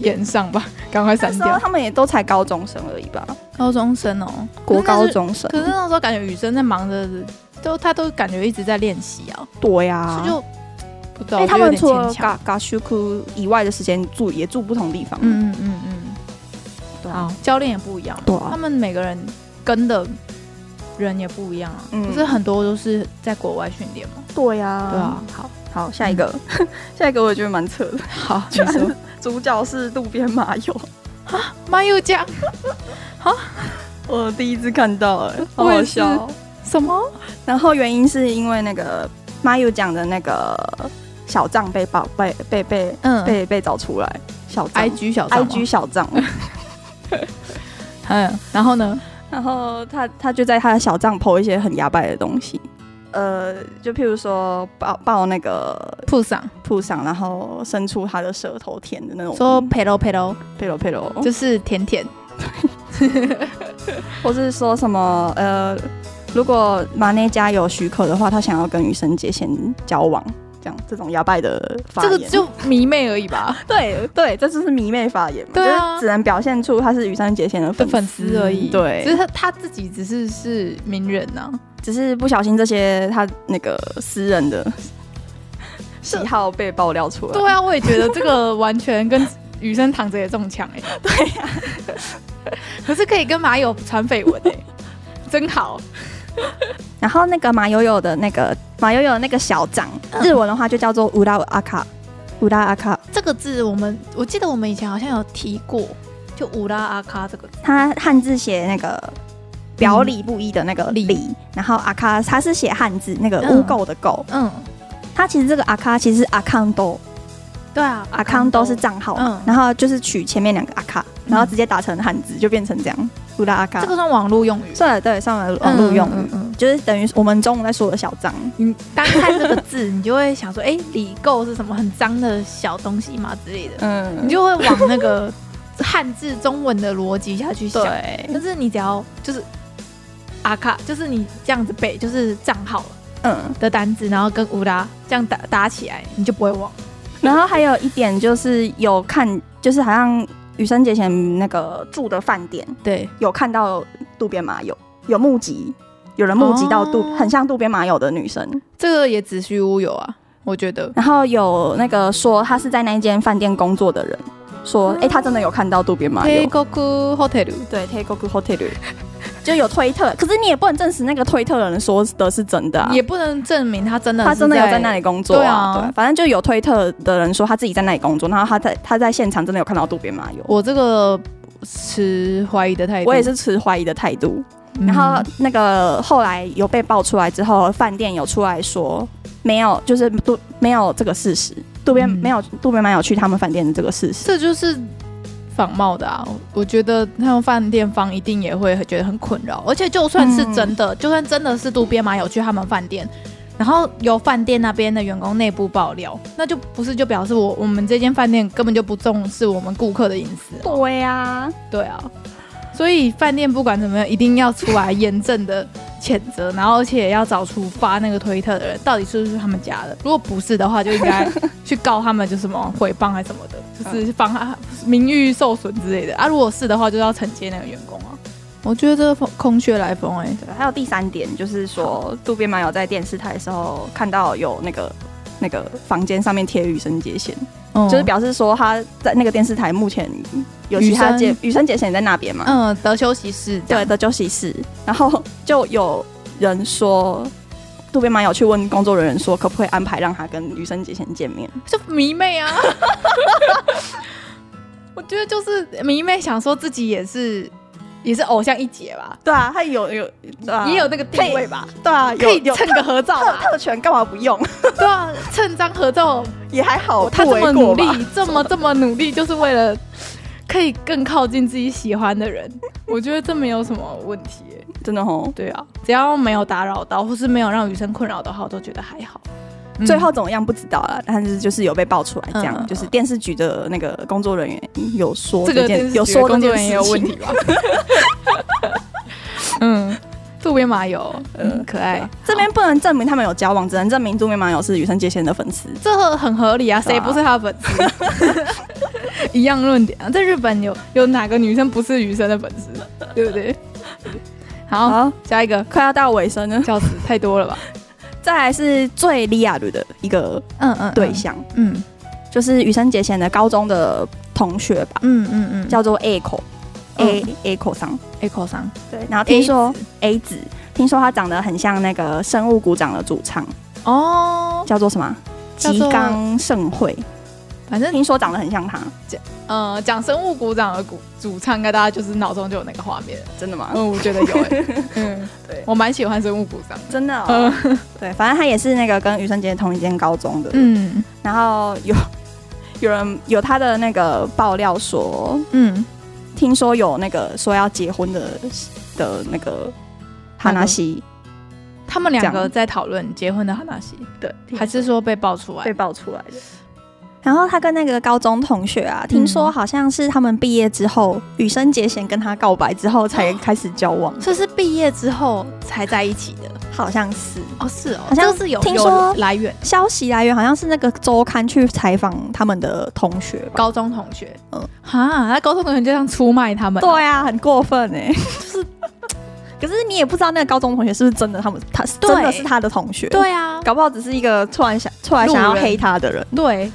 Speaker 1: 演上吧，赶快
Speaker 2: 那
Speaker 1: 删
Speaker 2: 时候
Speaker 1: 掉。
Speaker 2: 他们也都才高中生而已吧，
Speaker 1: 高中生哦，
Speaker 2: 国高，中生
Speaker 1: 可。是那时候感觉雨生在忙着，都他都感觉一直在练习啊，
Speaker 2: 对
Speaker 1: 所
Speaker 2: 呀
Speaker 1: 以。就不知道
Speaker 2: 哎，他们除了
Speaker 1: 嘎，
Speaker 2: 嘎嘎修库以外的时间住也住不同地方。
Speaker 1: 嗯嗯嗯嗯，
Speaker 2: 对啊，
Speaker 1: 好，教练也不一样，
Speaker 2: 对啊
Speaker 1: 他们每个人跟的人也不一样啊，
Speaker 2: 嗯
Speaker 1: 不是很多都是在国外训练嘛，
Speaker 2: 对呀，
Speaker 1: 对啊，好，
Speaker 2: 好，下一个，
Speaker 1: 嗯
Speaker 2: 下一个我也觉得蛮扯的。
Speaker 1: 好，你说，
Speaker 2: 主角是渡边麻友，
Speaker 1: 马友酱
Speaker 2: 我第一次看到、哎，好
Speaker 1: 我也
Speaker 2: 好
Speaker 1: 是
Speaker 2: 笑哦。
Speaker 1: 什么？
Speaker 2: 然后原因是因为那个麻友讲的那个小账被爆被被被
Speaker 1: 嗯
Speaker 2: 被被找出来，小账
Speaker 1: ，I G 小账
Speaker 2: IG
Speaker 1: 吗
Speaker 2: 小账，
Speaker 1: 嗯，然后呢？
Speaker 2: 然后他他就在他的小账 po 一些很牙白的东西，呃，就譬如说抱抱那个
Speaker 1: 铺上
Speaker 2: 铺上，然后伸出他的舌头舔的那种，
Speaker 1: 说陪喽陪喽，
Speaker 2: 佩罗佩罗，
Speaker 1: 就是舔舔。
Speaker 2: 或是说什么呃，如果马内加有许可的话，他想要跟羽生结弦交往，这样这种摇摆的发
Speaker 1: 这
Speaker 2: 言，，
Speaker 1: 个就迷妹而已吧
Speaker 2: 对对，这就是迷妹发言嘛，
Speaker 1: 对啊
Speaker 2: 就是只能表现出他是羽生结弦的
Speaker 1: 的
Speaker 2: 粉
Speaker 1: 粉丝而已。
Speaker 2: 对
Speaker 1: 只是他他自己只是是名人啊呐、
Speaker 2: 只是不小心这些他那个私人的喜好被爆料出来，
Speaker 1: 对啊，我也觉得这个完全跟雨生躺着也中枪哎、欸。 对呀、可是可以跟马友传绯闻哎，真好。
Speaker 2: 然后那个马友友的那个马友友的那个小掌，
Speaker 1: 嗯
Speaker 2: 日文的话就叫做乌拉阿卡，乌拉阿卡，
Speaker 1: 这个字我们我记得我们以前好像有提过，就乌拉阿卡这个字。
Speaker 2: 他汉字写那个表里不一的那个嗯里，然后阿卡他是写汉字那个
Speaker 1: 嗯
Speaker 2: 污垢的垢，
Speaker 1: 嗯，
Speaker 2: 他其实这个阿卡其实是阿康多，
Speaker 1: 对啊，
Speaker 2: 阿康多是账号嘛
Speaker 1: 嗯，
Speaker 2: 然后就是取前面两个阿卡，然后直接打成汉字就变成嗯这样，乌拉阿卡
Speaker 1: 这，个算网络用语，
Speaker 2: 算了对，上了网络用
Speaker 1: 嗯
Speaker 2: 语
Speaker 1: 嗯。嗯
Speaker 2: 就是等于我们中午在说的小账，
Speaker 1: 嗯你单看这个字，你就会想说，哎、里垢是什么很脏的小东西嘛之类的。
Speaker 2: 嗯
Speaker 1: 你就会往那个汉字中文的逻辑下去想。
Speaker 2: 对，
Speaker 1: 但是你只要就是阿卡，就是你这样子背，就是账号
Speaker 2: 嗯，
Speaker 1: 的单字，然后跟乌拉这样打打起来，你就不会忘。
Speaker 2: 然后还有一点就是有看，就是好像羽生结弦那个住的饭店
Speaker 1: 对，
Speaker 2: 有看到渡边麻友，有目击，有人目击到渡、
Speaker 1: 哦
Speaker 2: 很像渡边麻友的女生，
Speaker 1: 这个也子虚乌有啊，我觉得。
Speaker 2: 然后有那个说她是在那一间饭店工作的人说，
Speaker 1: 哦
Speaker 2: 哎、她啊真的有看到渡边麻友
Speaker 1: 帝。国ホテル
Speaker 2: 对 t a k e o Hotel 就有推特，可是你也不能证实那个推特的人说的是真的啊。
Speaker 1: 也不能证明他真的
Speaker 2: 他
Speaker 1: 是
Speaker 2: 真的有在那里工作啊，
Speaker 1: 对啊
Speaker 2: 对，反正就有推特的人说他自己在那里工作，然后他在他在现场真的有看到渡边麻友，
Speaker 1: 我这个持怀疑的态度，
Speaker 2: 我也是持怀疑的态度。
Speaker 1: 嗯。
Speaker 2: 然后那个后来有被爆出来之后，饭店有出来说没有，就是渡没有这个事实，渡边、
Speaker 1: 嗯
Speaker 2: 没有渡边麻友去他们饭店的这个事实。
Speaker 1: 这就是仿冒的啊！我我觉得他们饭店方一定也会觉得很困扰，而且就算是真
Speaker 2: 嗯
Speaker 1: 的，就算真的是渡边麻友去他们饭店，然后由饭店那边的员工内部爆料，那就不是就表示我我们这间饭店根本就不重视我们顾客的隐私啊、
Speaker 2: 对呀、
Speaker 1: 对啊，所以饭店不管怎么样，一定要出来严正的谴责，然后而且要找出发那个推特的人到底是不是他们家的，如果不是的话，就应该去告他们，就是什么诽谤还是什么的，就是妨害名誉受损之类的啊。如果是的话，就要惩戒那个员工啊。我觉得这空穴来风哎、
Speaker 2: 对还有第三点就是说，渡边麻友在电视台的时候看到有那个那个房间上面贴羽生结弦。
Speaker 1: 嗯
Speaker 2: 就是表示说他在那个电视台目前有其他节羽生结弦在那边嘛，
Speaker 1: 嗯得休息室这
Speaker 2: 对
Speaker 1: 样
Speaker 2: 的休息室，然后就有人说。渡边麻友去问工作人员说，可不可以安排让他跟羽生结弦见面？
Speaker 1: 就迷妹啊。 我觉得就是迷妹想说自己也是也是偶像一姐吧，
Speaker 2: 对啊，他有有、对啊
Speaker 1: 嗯也有那个地位吧，
Speaker 2: 对 啊，
Speaker 1: 可
Speaker 2: 有
Speaker 1: 以
Speaker 2: 有
Speaker 1: 蹭
Speaker 2: 特
Speaker 1: 个合照吧，
Speaker 2: 特权干嘛不用？
Speaker 1: 对啊，蹭张合照，
Speaker 2: 也还好，
Speaker 1: 他
Speaker 2: 哦不
Speaker 1: 这么
Speaker 2: 为过
Speaker 1: 努
Speaker 2: 吧。
Speaker 1: 力，这么这么努力，就是为了 可以更靠近自己喜欢的人，我觉得这没有什么问题耶、
Speaker 2: 真的哦。
Speaker 1: 对啊，只要没有打扰到，或是没有让女生困扰的话，我都觉得还好。嗯
Speaker 2: 最后怎么样不知道啦，但是就是有被爆出来，这样、
Speaker 1: 嗯嗯嗯
Speaker 2: 就是电视局的那个工作人员有说
Speaker 1: 这个
Speaker 2: 件
Speaker 1: 电视局
Speaker 2: 有说
Speaker 1: 工
Speaker 2: 这
Speaker 1: 作
Speaker 2: 件
Speaker 1: 人员
Speaker 2: 事
Speaker 1: 有
Speaker 2: 情
Speaker 1: 问题吧？ 嗯，渡边麻友，
Speaker 2: 呃
Speaker 1: 嗯，可爱。
Speaker 2: 这边不能证明他们有交往，只能证明渡边麻友是羽生结弦的粉丝。
Speaker 1: 这很合理啊，
Speaker 2: 对
Speaker 1: 谁
Speaker 2: 啊
Speaker 1: 不是他的粉丝？ 一样论点啊，在日本有有哪个女生不是雨生的粉丝，对不对？好，
Speaker 2: 好，
Speaker 1: 下一个，
Speaker 2: 快要到尾声了，
Speaker 1: 笑死，太多了吧？
Speaker 2: 再来是最利亚鲁的一个
Speaker 1: 嗯嗯，
Speaker 2: 对象，
Speaker 1: 嗯
Speaker 2: 就是羽生结弦的高中的同学吧，
Speaker 1: 嗯嗯嗯，叫
Speaker 2: 叫做 Echo。A Echo 桑，
Speaker 1: Echo 桑，
Speaker 2: 对，然后听说 A 子，听说他长得很像那个生物鼓掌的主唱，
Speaker 1: 哦，
Speaker 2: 叫做什么？
Speaker 1: 叫
Speaker 2: 吉
Speaker 1: 做
Speaker 2: 冈盛惠，
Speaker 1: 反正
Speaker 2: 听说长得很像他，
Speaker 1: 呃，讲生物鼓掌的鼓主唱，应该大家就是脑中就有那个画面了。
Speaker 2: 真的吗？
Speaker 1: 嗯，我觉得有、欸， 嗯，
Speaker 2: 对
Speaker 1: 我蛮喜欢生物鼓掌的。
Speaker 2: 真的、哦，对，反正他也是那个跟羽生结弦同一间高中的，
Speaker 1: 嗯
Speaker 2: 然后有有人有他的那个爆料说，
Speaker 1: 嗯，
Speaker 2: 听说嗯有那个说要结婚的的那个哈纳西，
Speaker 1: 他们两
Speaker 2: 这
Speaker 1: 个
Speaker 2: 样
Speaker 1: 在讨论结婚的話
Speaker 2: 对，
Speaker 1: 还是说被爆出来？
Speaker 2: 被爆出来的。然后他跟那个高中同学啊，听说好像是他们毕业之后，羽生结弦跟他告白之后才开始交往，
Speaker 1: 这是毕业之后才在一起的
Speaker 2: 好像是。
Speaker 1: 哦，是哦，
Speaker 2: 好像
Speaker 1: 这是有
Speaker 2: 听
Speaker 1: 有
Speaker 2: 说
Speaker 1: 来源，
Speaker 2: 消息来源好像是那个周刊去采访他们的同学吧。
Speaker 1: 高中同学，嗯
Speaker 2: 嗯，
Speaker 1: 哈，那高中同学就这样出卖他们哦，
Speaker 2: 对啊，很过分哎、就是，可是你也不知道那个高中同学是不是真的，他们他
Speaker 1: 对
Speaker 2: 真的是他的同学，，
Speaker 1: 对啊，
Speaker 2: 搞不好只是一个突然想突然想要黑他的人。
Speaker 1: 对，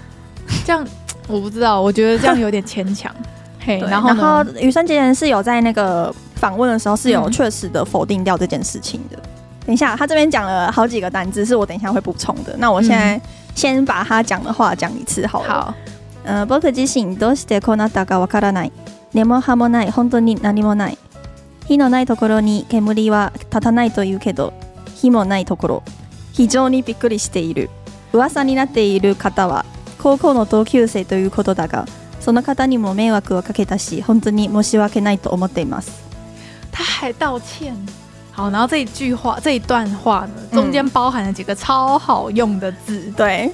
Speaker 1: 这样我不知道，我觉得这样有点牵 强。嘿，
Speaker 2: 对
Speaker 1: 然后
Speaker 2: 然后
Speaker 1: 呢？
Speaker 2: 羽生结弦是有在那个访问的时候是有
Speaker 1: 嗯
Speaker 2: 确实的否定掉这件事情的。等一下，他这边讲了好几个单字，是我等一下会补充的。那我现在先把他讲的话讲一次好了。
Speaker 1: 嗯好，
Speaker 2: 呃、僕自身どうしてこうなったかわからない。根も葉もない、本当に何もない。火のないところに煙は立たないというけど、火もないところ。非常にびっくりしている。噂になっている方は、高校の同級生ということだが、その方にも迷惑をかけたし、本当に申し訳ないと思っています。
Speaker 1: 他还道歉。好，然后这一句话，这一段话呢，
Speaker 2: 嗯
Speaker 1: 中间包含了几个超好用的字，
Speaker 2: 对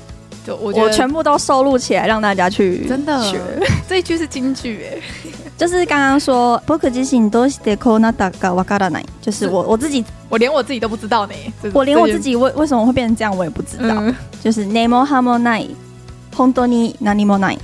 Speaker 1: 就
Speaker 2: 我
Speaker 1: 我觉得
Speaker 2: 全部都收录起来，让大家去
Speaker 1: 真的
Speaker 2: 学。
Speaker 1: 这一句是金句哎，
Speaker 2: 就是刚刚说，僕自身どうしてこうなったかわからない。就是我我自己
Speaker 1: 我连我自己都不知道呢，这
Speaker 2: 我连我自
Speaker 1: 这句
Speaker 2: 己为为什么会变成这样，我也不知道。
Speaker 1: 嗯，
Speaker 2: 就是 nemo h a m o n i 本当に何もない。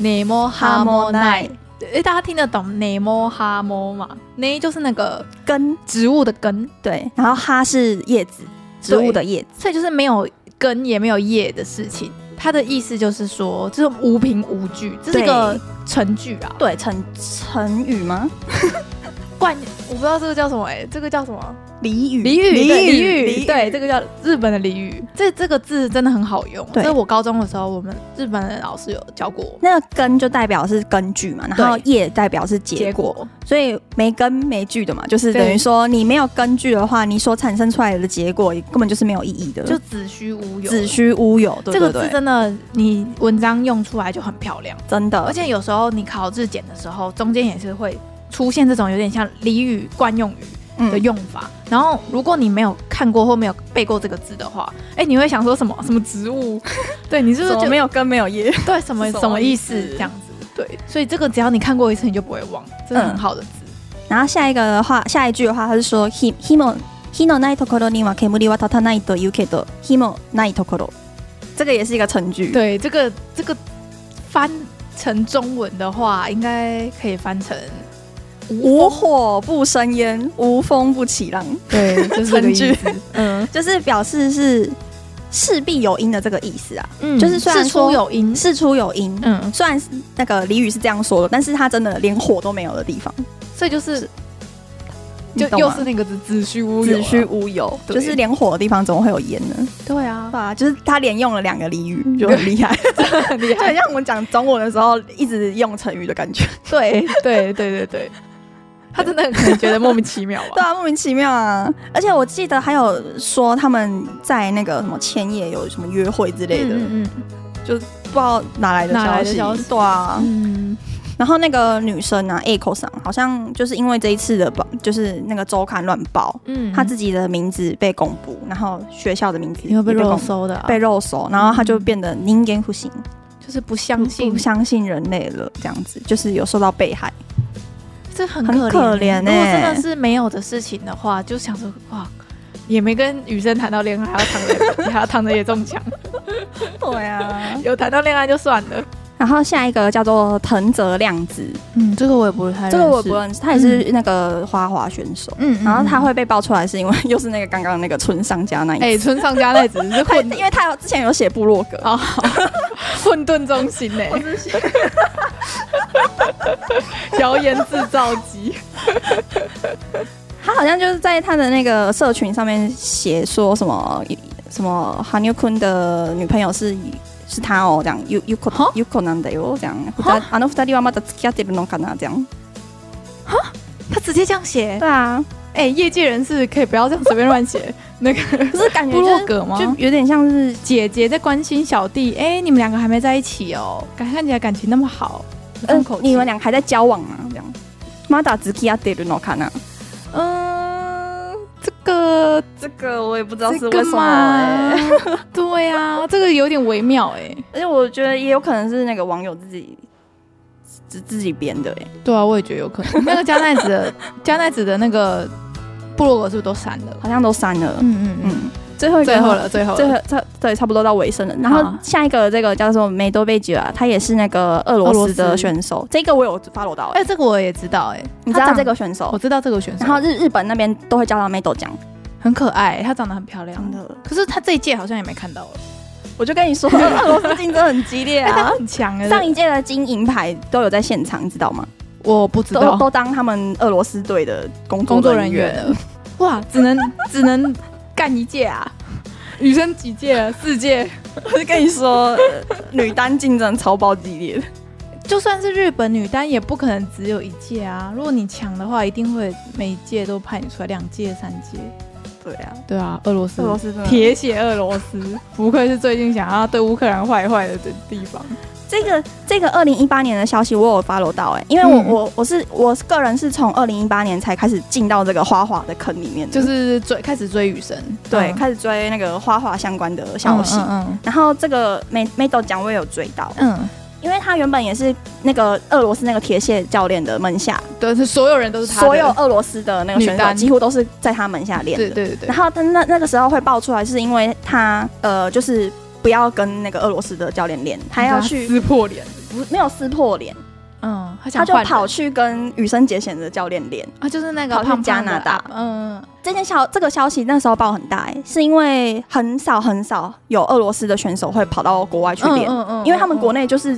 Speaker 1: ne mo ha mo nai，
Speaker 2: Harmonize
Speaker 1: 哎，大家听得懂 ne mo ha mo 吗？ne 就是那个
Speaker 2: 根
Speaker 1: 植物的根，
Speaker 2: 对，然后哈是叶子，植物的叶子。
Speaker 1: 所以就是没有根也没有叶的事情。它的意思就是说，就是无凭无据，这是一个成句啊。
Speaker 2: 对，成成语吗？
Speaker 1: 冠，我不知道这个叫什么哎、欸，这个叫什么
Speaker 2: 俚语
Speaker 1: 俚语？
Speaker 2: 俚
Speaker 1: 对
Speaker 2: 语
Speaker 1: 俚语，对，这
Speaker 2: 个
Speaker 1: 个叫日本的俚语。这这个字真的很好用，啊
Speaker 2: 对
Speaker 1: 这我高中的时候，我们日本的老师有教过我。
Speaker 2: 那个根就代表是根据嘛，然后叶代表是结果，所以没根没据的嘛，就是
Speaker 1: 对
Speaker 2: 等于说你没有根据的话，你所产生出来的结果根本就是没有意义的，
Speaker 1: 就子虚乌有。
Speaker 2: 子虚乌有。对
Speaker 1: 这个
Speaker 2: 对
Speaker 1: 字
Speaker 2: 对
Speaker 1: 真的，你文章用出来就很漂亮，
Speaker 2: 真的，
Speaker 1: 而且有时候你考日检的时候，中间也是会出现这种有点像俚语、惯用语。的
Speaker 2: 嗯，
Speaker 1: 用法。然后，如果你没有看过或没有背过这个字的话，哎，你会想说什么什么植物？ 对，你是不是
Speaker 2: 怎
Speaker 1: 就
Speaker 2: 么没有根没有叶？
Speaker 1: 对什么
Speaker 2: 是什么
Speaker 1: 什么意思
Speaker 2: 意思
Speaker 1: 这样子？对，所以这个只要你看过一次，你就不会忘，真的很
Speaker 2: 嗯
Speaker 1: 好的字。
Speaker 2: 然后下一个的话，下一句的话，他是说火火も火のないところには煙は立たないと言うけど、火もないところ。这个也是一个成句。，
Speaker 1: 对，这个这个翻成中文的话，应该可以翻成
Speaker 2: 无火不生烟，无风不起浪，
Speaker 1: 对，就是这个意思。嗯
Speaker 2: 就是表示是事必有因的这个意思啊，
Speaker 1: 嗯
Speaker 2: 就是虽然
Speaker 1: 事
Speaker 2: 说
Speaker 1: 出有因，
Speaker 2: 事出有因。
Speaker 1: 嗯，
Speaker 2: 虽然是那个俚语是这样说的，但是他真的连火都没有的地方，
Speaker 1: 所以就是
Speaker 2: 你
Speaker 1: 就
Speaker 2: 懂
Speaker 1: 又
Speaker 2: 吗
Speaker 1: 是那个字，子虚乌有啊。
Speaker 2: 子虚乌有，
Speaker 1: 对
Speaker 2: 就是连火的地方怎么会有烟呢？
Speaker 1: 对啊
Speaker 2: 对，啊，就是他连用了两个俚语，就很厉害。
Speaker 1: 很厉
Speaker 2: 就很像我们讲中文的时候一直用成语的感觉。
Speaker 1: 对 对对对对，他真的可能觉得莫名其妙
Speaker 2: 对
Speaker 1: 吧？
Speaker 2: 啊，莫名其妙啊！而且我记得还有说他们在那个什么千叶有什么约会之类的，
Speaker 1: 嗯
Speaker 2: 不知道哪来的
Speaker 1: 哪来
Speaker 2: 消
Speaker 1: 的
Speaker 2: 息。
Speaker 1: 消息
Speaker 2: 对啊，
Speaker 1: 嗯
Speaker 2: 然后那个女生啊，Echo 上好像就是因为这一次的报，就是那个周刊乱报，
Speaker 1: 嗯
Speaker 2: 她自己的名字被公布，然后学校的名字
Speaker 1: 因为被
Speaker 2: 也公
Speaker 1: 肉
Speaker 2: 布
Speaker 1: 搜的啊，
Speaker 2: 被肉搜，然后她就变得人间不行，
Speaker 1: 就是不相信
Speaker 2: 不，相信人类了，这样子就是有受到被害。
Speaker 1: 这很
Speaker 2: 很
Speaker 1: 可
Speaker 2: 可
Speaker 1: 怜欸。
Speaker 2: 怜
Speaker 1: 如果真的
Speaker 2: 欸
Speaker 1: 是没有的事情的话，就想说哇。也没跟雨生谈到恋爱，还要躺着， 还要躺着也中枪。
Speaker 2: 对啊，
Speaker 1: 有谈到恋爱就算了。
Speaker 2: 然后下一个叫做藤泽亮子，
Speaker 1: 嗯，这个我也不太
Speaker 2: 这个我也不认识，他也是那个花滑选手。
Speaker 1: 嗯
Speaker 2: 然后他会被爆出来，是因为 又是那个刚刚那个村上家那一
Speaker 1: 哎，
Speaker 2: 次，
Speaker 1: 村上佳奈子是
Speaker 2: 他
Speaker 1: 混
Speaker 2: 因为他有之前有写部落格，
Speaker 1: 啊混沌中心呢， 谣言制造机。
Speaker 2: 他好像就是在他的那个社群上面写说什么什么韩牛坤的女朋友是是他哦，这样 y u y u k
Speaker 1: 哈
Speaker 2: o y u k o なんだよ这样，あの啊二人はまだ付き合ってるのかな这样，
Speaker 1: 他直接这样写，
Speaker 2: 对啊，
Speaker 1: 哎、业界人士可以不要这样随便乱写。那个
Speaker 2: 可是感觉
Speaker 1: 部
Speaker 2: 就
Speaker 1: 落
Speaker 2: 是
Speaker 1: 格吗？
Speaker 2: 就有点像是
Speaker 1: 姐姐在关心小弟，哎、你们两个还没在一起哦，感看起来感情那么好，这种
Speaker 2: 嗯
Speaker 1: 口，气
Speaker 2: 你们俩还在交往吗？这样，まだ付き合ってるのかな？
Speaker 1: 嗯，这个
Speaker 2: 个这个我也不知道是
Speaker 1: 这
Speaker 2: 为
Speaker 1: 个
Speaker 2: 什么、
Speaker 1: 嘛
Speaker 2: 欸，，
Speaker 1: 对啊，这个有点微妙哎、
Speaker 2: 而且我觉得也有可能是那个网友自己自自己编的、欸，
Speaker 1: 对啊，我也觉得有可能。那个加奈子的加奈子的那个部落格是不是都删了？
Speaker 2: 好像都删了。
Speaker 1: 嗯嗯嗯，
Speaker 2: 嗯，最后一个
Speaker 1: 最后了，最后
Speaker 2: 最
Speaker 1: 了
Speaker 2: 后差对差不多到尾声了。然后
Speaker 1: 好
Speaker 2: 下一个这个叫做梅多贝吉啊，他也是那个俄罗
Speaker 1: 俄
Speaker 2: 斯
Speaker 1: 罗斯
Speaker 2: 的选手，这个我有 follow 到、
Speaker 1: 哎、
Speaker 2: 哎，
Speaker 1: 这个我也知道哎、
Speaker 2: 你知
Speaker 1: 他
Speaker 2: 道
Speaker 1: 长
Speaker 2: 这？个选手
Speaker 1: 我，知道这个选手，
Speaker 2: 然后日日本那边都会叫他梅多奖，哎
Speaker 1: 很可爱，她长得很漂亮。
Speaker 2: 真的，
Speaker 1: 可是她这一届好像也没看到了，
Speaker 2: 我就跟你说，俄罗斯竞争很激烈
Speaker 1: 哎、她
Speaker 2: 啊。
Speaker 1: 很强哎、
Speaker 2: 上一届的金银牌都有在现场，你知道吗？
Speaker 1: 我不知
Speaker 2: 都
Speaker 1: 道
Speaker 2: 都当他们俄罗斯队的工
Speaker 1: 工
Speaker 2: 作
Speaker 1: 作
Speaker 2: 人
Speaker 1: 人员
Speaker 2: 员。
Speaker 1: 了， 哇，只能只能干一届啊，女生几届 了？四届。
Speaker 2: 我就跟你说，呃女单竞争超爆激烈的。
Speaker 1: 就算是日本女单，也不可能只有一届啊！如果你强的话，一定会每一届都派你出来，两届、三届。
Speaker 2: 对啊，
Speaker 1: 对啊，俄罗斯
Speaker 2: 俄罗斯真的
Speaker 1: 铁血俄罗斯，不愧是最近想要对乌克兰坏坏的地方。
Speaker 2: 这个这个二零一八年的消息我有 follow 到哎、因为我、
Speaker 1: 嗯
Speaker 2: 我我是我个人是从二零一八年才开始进到这个花花的坑里面的，
Speaker 1: 就是追开始追雨神，
Speaker 2: 对、
Speaker 1: 嗯
Speaker 2: 开始追那个花花相关的消息。
Speaker 1: 嗯
Speaker 2: 然后这个梅梅豆奖我也有追到，
Speaker 1: 嗯嗯，
Speaker 2: 因为他原本也是那个俄罗斯那个铁血教练的门下，
Speaker 1: 对，是所有人都是他的，
Speaker 2: 所有俄罗斯的那个选
Speaker 1: 女
Speaker 2: 手
Speaker 1: 单
Speaker 2: 几乎都是在他门下练的。
Speaker 1: 对对对对
Speaker 2: 然，后他那那个时候会爆出来，是因为他呃就是不要跟那个俄罗斯的教练练，他要去
Speaker 1: 撕破脸，
Speaker 2: 不没有撕破脸，
Speaker 1: 嗯，他
Speaker 2: 他
Speaker 1: 想
Speaker 2: 就
Speaker 1: 换人
Speaker 2: 跑去跟羽生结弦的教练练。
Speaker 1: 啊，就是那个
Speaker 2: 跑去
Speaker 1: 胖胖
Speaker 2: 加
Speaker 1: 的
Speaker 2: 拿大
Speaker 1: 啊嗯，
Speaker 2: 这件消这个消息那时候爆很大、欸，是因为很少很少有俄罗斯的选手会跑到国外去练，
Speaker 1: 嗯嗯
Speaker 2: 因为他们国
Speaker 1: 内
Speaker 2: 内就是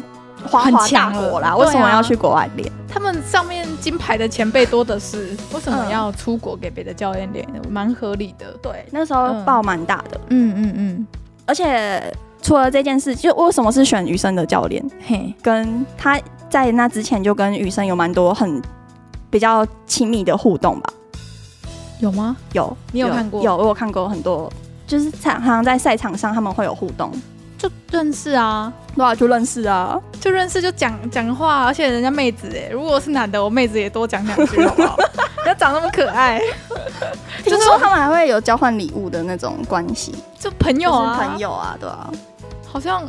Speaker 2: 花
Speaker 1: 很
Speaker 2: 花大
Speaker 1: 强了
Speaker 2: 国啦，
Speaker 1: 对啊
Speaker 2: 为什么要去国外练？
Speaker 1: 他们上面金牌的前辈多的是，为什
Speaker 2: 嗯
Speaker 1: 么要出国给别的教练练？蛮合理的。
Speaker 2: 对，那时候
Speaker 1: 嗯
Speaker 2: 爆蛮大的，
Speaker 1: 嗯嗯嗯，
Speaker 2: 而且除了这件事，就为什么是选羽生的教练？
Speaker 1: 嘿，
Speaker 2: 跟他在那之前就跟雨生有蛮多很比较亲密的互动吧。
Speaker 1: 有吗？
Speaker 2: 有，
Speaker 1: 你有看过
Speaker 2: 有，我有看过很多，就是常常在赛场上他们会有互动，
Speaker 1: 就认识啊，
Speaker 2: 对啊，就认识 啊。
Speaker 1: 就认识就讲讲话，而且人家妹子哎，如果是男的，我妹子也多讲两句好不 好？不要长那么可爱，
Speaker 2: 听说他们还会有交换礼物的那种关系，
Speaker 1: 就朋友啊，
Speaker 2: 就是朋，友啊，对啊。
Speaker 1: 好像，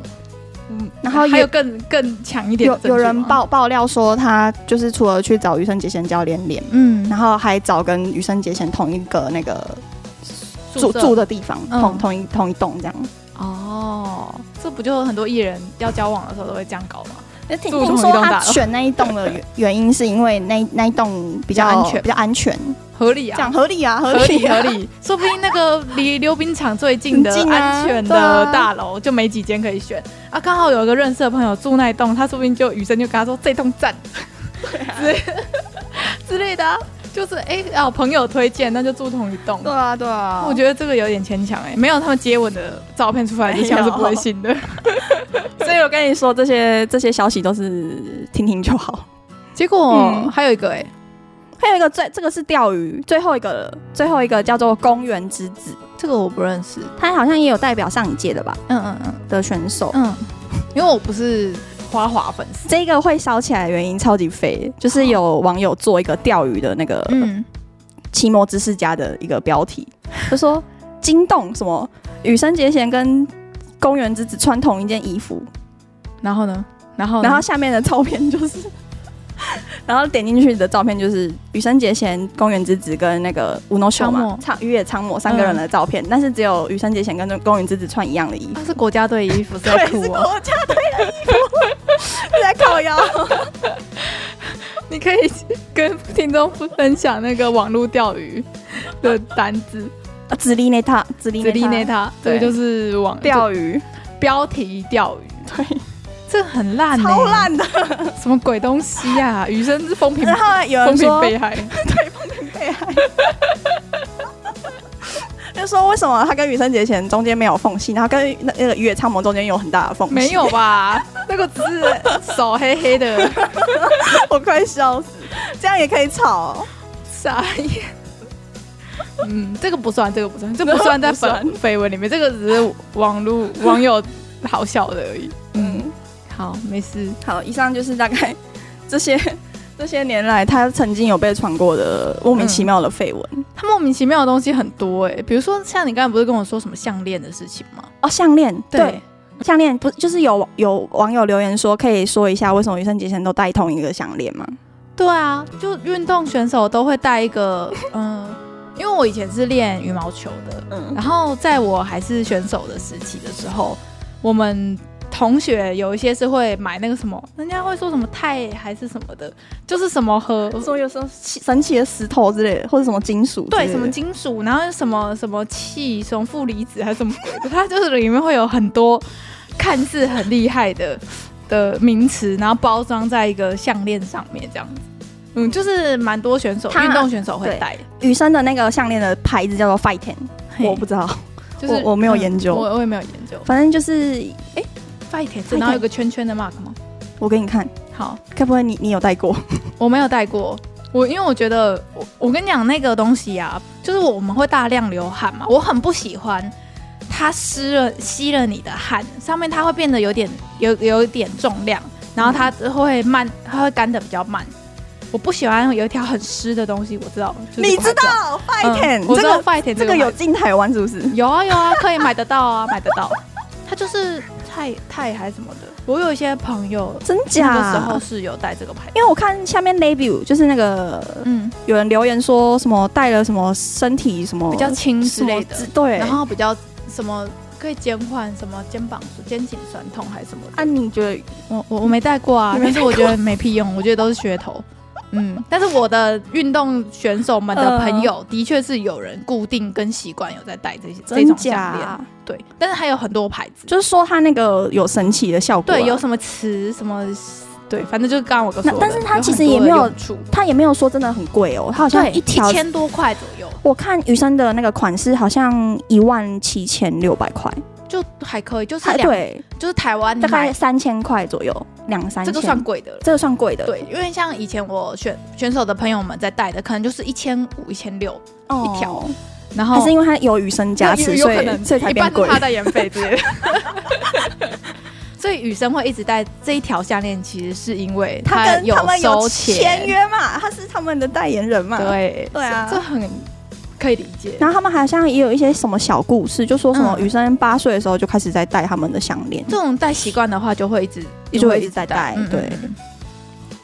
Speaker 1: 嗯，
Speaker 2: 然后
Speaker 1: 还
Speaker 2: 也
Speaker 1: 有更更强一点
Speaker 2: 有
Speaker 1: 的证据
Speaker 2: 有
Speaker 1: 吗
Speaker 2: 人，爆爆料说，他就是除了去找羽生结弦教练练，
Speaker 1: 嗯
Speaker 2: 然，后还找跟羽生结弦同一个那个住
Speaker 1: 舍
Speaker 2: 住的地方，
Speaker 1: 嗯
Speaker 2: 同同一同一栋这样。
Speaker 1: 哦，这不就很多艺人要交往的时候都会这样搞吗？
Speaker 2: 听
Speaker 1: 住
Speaker 2: 听
Speaker 1: 同一
Speaker 2: 说
Speaker 1: 栋
Speaker 2: 他
Speaker 1: 大楼
Speaker 2: 选那一栋的原 原因是因为那那一栋比
Speaker 1: 比较安
Speaker 2: 较
Speaker 1: 全
Speaker 2: 比较安全，
Speaker 1: 合理
Speaker 2: 这
Speaker 1: 啊
Speaker 2: 样。合理啊，合
Speaker 1: 合
Speaker 2: 理
Speaker 1: 理
Speaker 2: 啊
Speaker 1: 合。理，说不定那个离溜冰场最近的
Speaker 2: 很近啊
Speaker 1: 安全
Speaker 2: 对
Speaker 1: 的
Speaker 2: 啊
Speaker 1: 大楼就没几间可以选啊。刚好有一个认识的朋友住那一栋，他说不定就雨生就跟他说这栋赞，
Speaker 2: 啊
Speaker 1: 之 之类的啊、就是哎、啊朋友推荐，那就住同一栋。
Speaker 2: 啊， 对啊
Speaker 1: 我觉得这个有点牵强哎，没有他们接吻的照片出来之前
Speaker 2: 没
Speaker 1: 我
Speaker 2: 有
Speaker 1: 是不会信的。
Speaker 2: 得，所以我跟你说，这些这些消息都是听听就好。
Speaker 1: 结果、
Speaker 2: 嗯
Speaker 1: 还有一个哎，
Speaker 2: 还有一个最这个是钓鱼，最后一个了最后一个叫做公园之子，
Speaker 1: 这个我不认识，
Speaker 2: 他好像也有代表上一届的吧
Speaker 1: 嗯嗯嗯
Speaker 2: 的选手。
Speaker 1: 嗯，因为我不是花滑粉丝，
Speaker 2: 这个会烧起来的原因超级肥，就是有网友做一个钓鱼的那个
Speaker 1: 嗯，
Speaker 2: 奇摩知识家的一个标题， 就说惊动什么羽生结弦跟公园之子穿同一件衣服，
Speaker 1: 然后呢，然后呢
Speaker 2: 然后下面的照片就是， 然后点进去的照片就是羽生结弦、公园之子跟那个吴诺秀
Speaker 1: 仓
Speaker 2: 嘛
Speaker 1: 木，
Speaker 2: 苍嗯越仓抹三个人的照片，但是只有羽生结弦跟公园之子穿一样的衣服
Speaker 1: 他。是国家队衣服，是
Speaker 2: 对
Speaker 1: 在，
Speaker 2: 是
Speaker 1: 哭
Speaker 2: 国
Speaker 1: 哦。
Speaker 2: 家队 的衣服，在靠腰。
Speaker 1: 你可以跟听众分享那个网络钓鱼的单 子，
Speaker 2: 啊 紫丽内塔，紫丽
Speaker 1: 紫利内
Speaker 2: 内塔
Speaker 1: 塔，这个
Speaker 2: 对
Speaker 1: 就是网
Speaker 2: 钓 鱼，
Speaker 1: 标题钓鱼，
Speaker 2: 对，
Speaker 1: 这很烂、欸，
Speaker 2: 超，烂 的。
Speaker 1: 什么鬼东西呀、啊？雨生是风评
Speaker 2: 然后有
Speaker 1: 风
Speaker 2: 人
Speaker 1: 评
Speaker 2: 说，
Speaker 1: 被害，
Speaker 2: 就说为什么他跟羽生结弦中间没有缝隙，然后跟那那个月苍魔中间有很大的缝隙？
Speaker 1: 没有，吧？那个只是手黑黑的，
Speaker 2: 我快笑死，这样也可以吵。
Speaker 1: 傻眼。嗯，这个不算，这个不算，这不算在
Speaker 2: 不算
Speaker 1: 本绯闻里面，这个只是网络网友好 笑的而已。嗯，
Speaker 2: 嗯，
Speaker 1: 好，没事。
Speaker 2: 好，以上就是大概这些 这些年来，他曾经有被传过的莫名其妙的绯闻、
Speaker 1: 他莫名其妙的东西很多哎、比如说像你刚才不是跟我说什么项链的事情吗？
Speaker 2: 哦，项链，项链不就是有有网友留言说，可以说一下为什么羽生结弦都戴同一个项链吗？
Speaker 1: 对啊，就运动选手都会带一 个，嗯，因为我以前是练羽毛球的，
Speaker 2: 嗯
Speaker 1: 然，后在我还是选手的时期的时候，我们同学有一些是会买那个什么，人家会说什么钛还是什么的，就是什么和
Speaker 2: 我说有什么神奇的石头之类的，或者什么金属之类
Speaker 1: 对
Speaker 2: 的，
Speaker 1: 什么金属，然后什么什么气，什么负离子还是什么鬼的，它就是里面会有很多看似很厉害的的名词，然后包装在一个项链上面这样子。嗯，就是蛮多选手，
Speaker 2: 它
Speaker 1: 运动选手会
Speaker 2: 对
Speaker 1: 戴。
Speaker 2: 羽生的那个项链的牌子叫做 Fighten，
Speaker 1: 嘿
Speaker 2: 我不知 道，
Speaker 1: 就是
Speaker 2: 我我没有研究
Speaker 1: 嗯我我也没有研究。
Speaker 2: 反正就是，哎、
Speaker 1: Fight 是然后有个圈圈的 mark 吗？
Speaker 2: 我给你看，
Speaker 1: 好，
Speaker 2: 该不会你你有戴过？
Speaker 1: 我没有戴过。我因为我觉得，我我跟你讲那个东西啊，就是我们会大量流汗嘛，我很不喜欢它湿了吸了你的汗，上面它会变得有点有有一点重量，然后它会慢，它会干的比较慢。我不喜欢有一条很湿的东西，我知道，就是
Speaker 2: 你知道
Speaker 1: 我还
Speaker 2: Fighten、
Speaker 1: 嗯我
Speaker 2: 这
Speaker 1: 知道
Speaker 2: 个
Speaker 1: fight 这
Speaker 2: 这个
Speaker 1: 个
Speaker 2: 有
Speaker 1: 有
Speaker 2: 进台湾是不是？
Speaker 1: 有啊有啊，可以买得到啊， 买得到。它就是太太还是什么的，我有一些朋友
Speaker 2: 真假？
Speaker 1: 那个时候是有戴这个牌子，
Speaker 2: 因为我看下面 Label 就是那个
Speaker 1: 嗯，
Speaker 2: 有人留言说什么戴了什么身体什么
Speaker 1: 比较轻之类的
Speaker 2: 什么，之对，
Speaker 1: 然后比较什么可以减缓什么肩膀肩颈酸痛还是什么的。
Speaker 2: 啊，你觉得
Speaker 1: 我我我没戴过啊
Speaker 2: 你，没
Speaker 1: 但
Speaker 2: 戴
Speaker 1: 是我觉得没屁用，我觉得都是噱头。嗯， 但是我的运动选手们的朋友，的确是有人固定跟习惯有在戴这些这
Speaker 2: 真
Speaker 1: 种项链，
Speaker 2: 假？
Speaker 1: 对。但是还有很多牌子，
Speaker 2: 就是说它那个有神奇的效果啊、
Speaker 1: 对，有什么词什么，对，反正就是刚刚我说的
Speaker 2: 那，但是它
Speaker 1: 有很
Speaker 2: 其实
Speaker 1: 多的
Speaker 2: 也没有
Speaker 1: 用处，
Speaker 2: 它也没有说真的很贵哦，它好像
Speaker 1: 对，
Speaker 2: 一
Speaker 1: 一
Speaker 2: 条。
Speaker 1: 千多块左右
Speaker 2: 我看余生的那个款式好像一万七千六百块，
Speaker 1: 就还可以，就是
Speaker 2: 它
Speaker 1: 两
Speaker 2: 对，
Speaker 1: 就是台湾
Speaker 2: 大概
Speaker 1: 买
Speaker 2: 三千块左右，两三
Speaker 1: 这
Speaker 2: 千，
Speaker 1: 个算贵的了。
Speaker 2: 这个算贵的，
Speaker 1: 对，因为像以前我选选手的朋友们在戴的，可能就是一千五、一千六，
Speaker 2: 哦
Speaker 1: 一条，然后
Speaker 2: 还是因为它有余生加持，
Speaker 1: 有
Speaker 2: 所
Speaker 1: 有可
Speaker 2: 以
Speaker 1: 能
Speaker 2: 所以才
Speaker 1: 一
Speaker 2: 变
Speaker 1: 半
Speaker 2: 贵
Speaker 1: 是。他代言费之类的。 所以雨生会一直戴这一条项链，其实是因为
Speaker 2: 他跟
Speaker 1: 有
Speaker 2: 他们
Speaker 1: 收
Speaker 2: 有
Speaker 1: 钱，
Speaker 2: 签约嘛，他是他们的代言人嘛。。
Speaker 1: 对
Speaker 2: 对啊
Speaker 1: 这这很可以理解。
Speaker 2: 然后他们好像也有一些什么小故事，就说什么
Speaker 1: 嗯
Speaker 2: 雨生八岁的时候就开始在戴他们的项链，
Speaker 1: 这种戴习惯的话，就会一直
Speaker 2: 就会一直在戴。
Speaker 1: 嗯
Speaker 2: 对，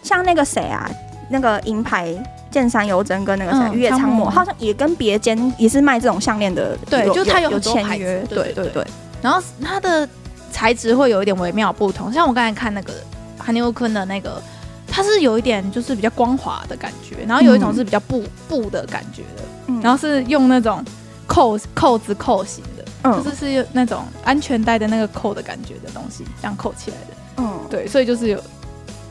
Speaker 2: 像那个谁啊，那个银牌剑山由真跟那个谁
Speaker 1: 嗯
Speaker 2: 玉叶昌
Speaker 1: 昌
Speaker 2: 磨，
Speaker 1: 磨
Speaker 2: 好像也跟别间也是卖这种项链的，
Speaker 1: 对就他有
Speaker 2: 有
Speaker 1: 很多牌
Speaker 2: 签
Speaker 1: 子
Speaker 2: 约，
Speaker 1: 对
Speaker 2: 对
Speaker 1: 对
Speaker 2: 对对。
Speaker 1: 然后它的材质会有一点微妙不同，像我刚才看那个韩牛坤的那个，它是有一点就是比较光滑的感觉，然后有一种是比较布、布的感觉的，
Speaker 2: 嗯
Speaker 1: 然后是用那种扣扣子扣型的，
Speaker 2: 嗯
Speaker 1: 就是是那种安全带的那个扣的感觉的东西，这样扣起来的。
Speaker 2: 嗯，对。。
Speaker 1: 对，所以就是有，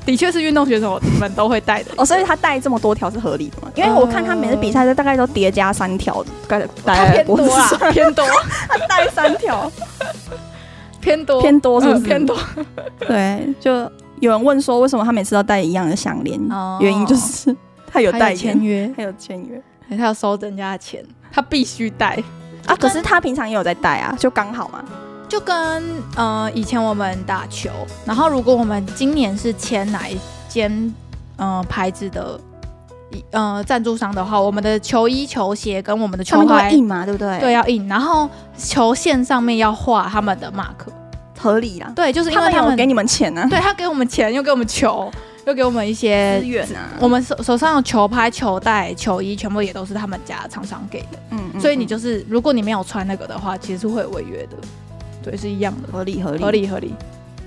Speaker 1: 的确是运动选手们都会戴的
Speaker 2: 哦，所以他戴这么多条是合理的嘛？因为我看他每次比赛都大概都叠加三条，大概
Speaker 1: 它
Speaker 2: 戴在
Speaker 1: 偏
Speaker 2: 脖子
Speaker 1: 多
Speaker 2: 上，
Speaker 1: 啊， 偏多，
Speaker 2: 他戴三条，
Speaker 1: 偏多，
Speaker 2: 偏多是不是
Speaker 1: 嗯偏多。
Speaker 2: 对，就有人问说为什么他每次都戴一样的项链
Speaker 1: 哦，
Speaker 2: 原因就是他有
Speaker 1: 还
Speaker 2: 代
Speaker 1: 有签
Speaker 2: 言，
Speaker 1: 约，
Speaker 2: 还有签约
Speaker 1: 他要收人家的钱，他必须戴。
Speaker 2: 啊。可是他平常也有在戴啊，就刚好嘛。
Speaker 1: 就跟呃以前我们打球，然后如果我们今年是签哪一间呃牌子的一呃赞助商的话，我们的球衣、球鞋跟我们的
Speaker 2: 他
Speaker 1: 球
Speaker 2: 们都会
Speaker 1: 拍
Speaker 2: 印嘛，对不对？
Speaker 1: 对，要印，然后球线上面要画他们的 mark。
Speaker 2: 合理啦。
Speaker 1: 对，就是因为他
Speaker 2: 他
Speaker 1: 们
Speaker 2: 们有给你们钱啊，
Speaker 1: 对他给我们钱，又给我们球，又给我们一些
Speaker 2: 资。源啊，
Speaker 1: 我们手手上的球拍、球带、球衣，全部也都是他们家厂商给的，
Speaker 2: 嗯嗯
Speaker 1: 所以你就是如果你没有穿那个的话，其实是会违约的，对，是一样的
Speaker 2: 嗯，合理合理
Speaker 1: 合，理合理，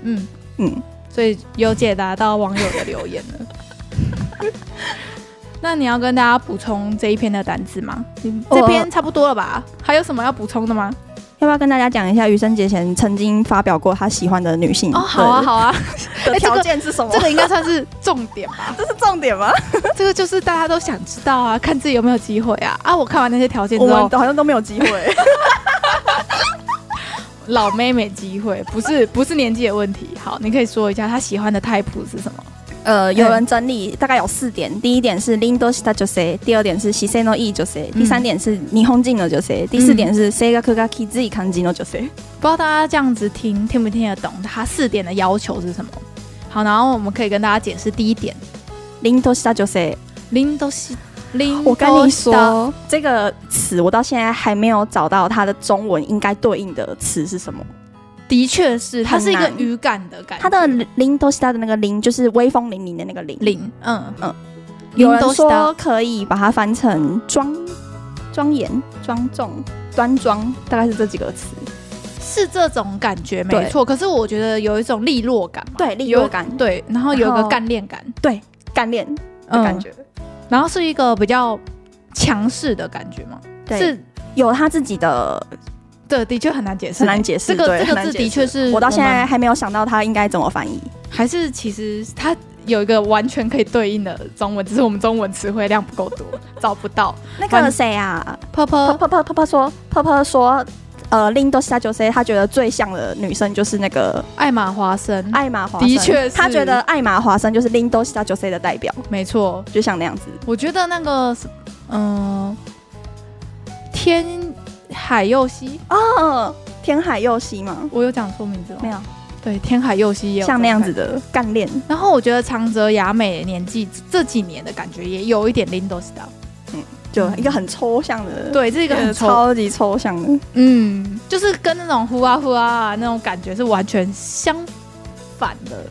Speaker 1: 嗯。
Speaker 2: 嗯，
Speaker 1: 所以有解答到网友的留言了。 那你要跟大家补充这一篇的单字吗？
Speaker 2: 我
Speaker 1: 这篇差不多了吧？还有什么要补充的吗？
Speaker 2: 要不要跟大家讲一下，余生节前曾经发表过他喜欢的女性
Speaker 1: 哦，好啊，
Speaker 2: 的
Speaker 1: 好 啊，
Speaker 2: 的
Speaker 1: 哎这个
Speaker 2: 条件是什么
Speaker 1: 这？个应该算是重点 吧？
Speaker 2: 这是重点吗？
Speaker 1: 这个就是大家都想知道啊，看自己有没有机会啊。啊，我看完那些条件
Speaker 2: 我
Speaker 1: 之
Speaker 2: 们
Speaker 1: 后，
Speaker 2: 好像都没有机会。
Speaker 1: 老妹妹机会不是不是年纪的问题。好，你可以说一下她喜欢的 type 是什么？
Speaker 2: 呃，有人整理大概有四点，第一点是 Lindo s t a j o s 第二点是 Shisei no i j o s 第三点是日本人の女性，第四点是 Seiga kuga kizi 感じの女性。
Speaker 1: 不知道大家这样子听听不听得懂？她四点的要求是什么？好，然后我们可以跟大家解释第一点，
Speaker 2: 凛とした女性。
Speaker 1: 林都西林
Speaker 2: 我跟你
Speaker 1: 都
Speaker 2: 说，这个词我到现在还没有找到它的中文应该对应的词是什么。
Speaker 1: 西，的确是，它是一个
Speaker 2: 很难
Speaker 1: 语感的感觉。
Speaker 2: 它的凛都是它的那个凛，就是威风凛凛的那个凛。
Speaker 1: 林，嗯
Speaker 2: 嗯，有
Speaker 1: 林
Speaker 2: 人
Speaker 1: 都西
Speaker 2: 说可以把它翻成庄庄严、庄重、端庄，大概是这几个词。
Speaker 1: 是这种感觉，没
Speaker 2: 对
Speaker 1: 错。可是我觉得有一种利落感嘛，
Speaker 2: 对，利落感，对
Speaker 1: 对，然后有一
Speaker 2: 然
Speaker 1: 个
Speaker 2: 后
Speaker 1: 干练感
Speaker 2: 对，干练的感，觉。
Speaker 1: 嗯然后是一个比较强势的感觉嘛，
Speaker 2: 对，
Speaker 1: 是。
Speaker 2: 有他自己的，
Speaker 1: 这的确很难解释，
Speaker 2: 很难解释
Speaker 1: 这个
Speaker 2: 对
Speaker 1: 这
Speaker 2: 很
Speaker 1: 个
Speaker 2: 难
Speaker 1: 字
Speaker 2: 解释
Speaker 1: 的确是
Speaker 2: 我到现在
Speaker 1: 们
Speaker 2: 还没有想到他应该怎么翻译。
Speaker 1: 还是其实它有一个完全可以对应的中文，只是我们中文词汇量不够多，找不到。
Speaker 2: 那
Speaker 1: 翻
Speaker 2: 个
Speaker 1: 译
Speaker 2: 谁啊，
Speaker 1: 泡
Speaker 2: 泡
Speaker 1: 泡
Speaker 2: 泡泡泡泡说，泡泡说，呃，令多西大九 C，他觉得最像的女生就是那个
Speaker 1: 艾玛华生，
Speaker 2: 艾玛华
Speaker 1: 嗯
Speaker 2: 生，
Speaker 1: 的确是
Speaker 2: 他觉得艾玛华生就是令多西大九 C 的代表，
Speaker 1: 没错，
Speaker 2: 就像那样子。
Speaker 1: 我觉得那个是嗯、天海佑希，
Speaker 2: 哦，天海佑希吗？
Speaker 1: 我有讲错名字吗？哦
Speaker 2: 没有，
Speaker 1: 对，天海佑希也有
Speaker 2: 像那样
Speaker 1: 这种
Speaker 2: 子
Speaker 1: 感觉
Speaker 2: 的。干练，
Speaker 1: 然后我觉得长泽雅美年纪这几年的感觉也有一点 Lindo style，
Speaker 2: 就一个很抽象的，，
Speaker 1: 对，这
Speaker 2: 一
Speaker 1: 个很抽
Speaker 2: 超级抽象的，
Speaker 1: 嗯，就是跟那种呼啊呼啊那种感觉是完全相反的。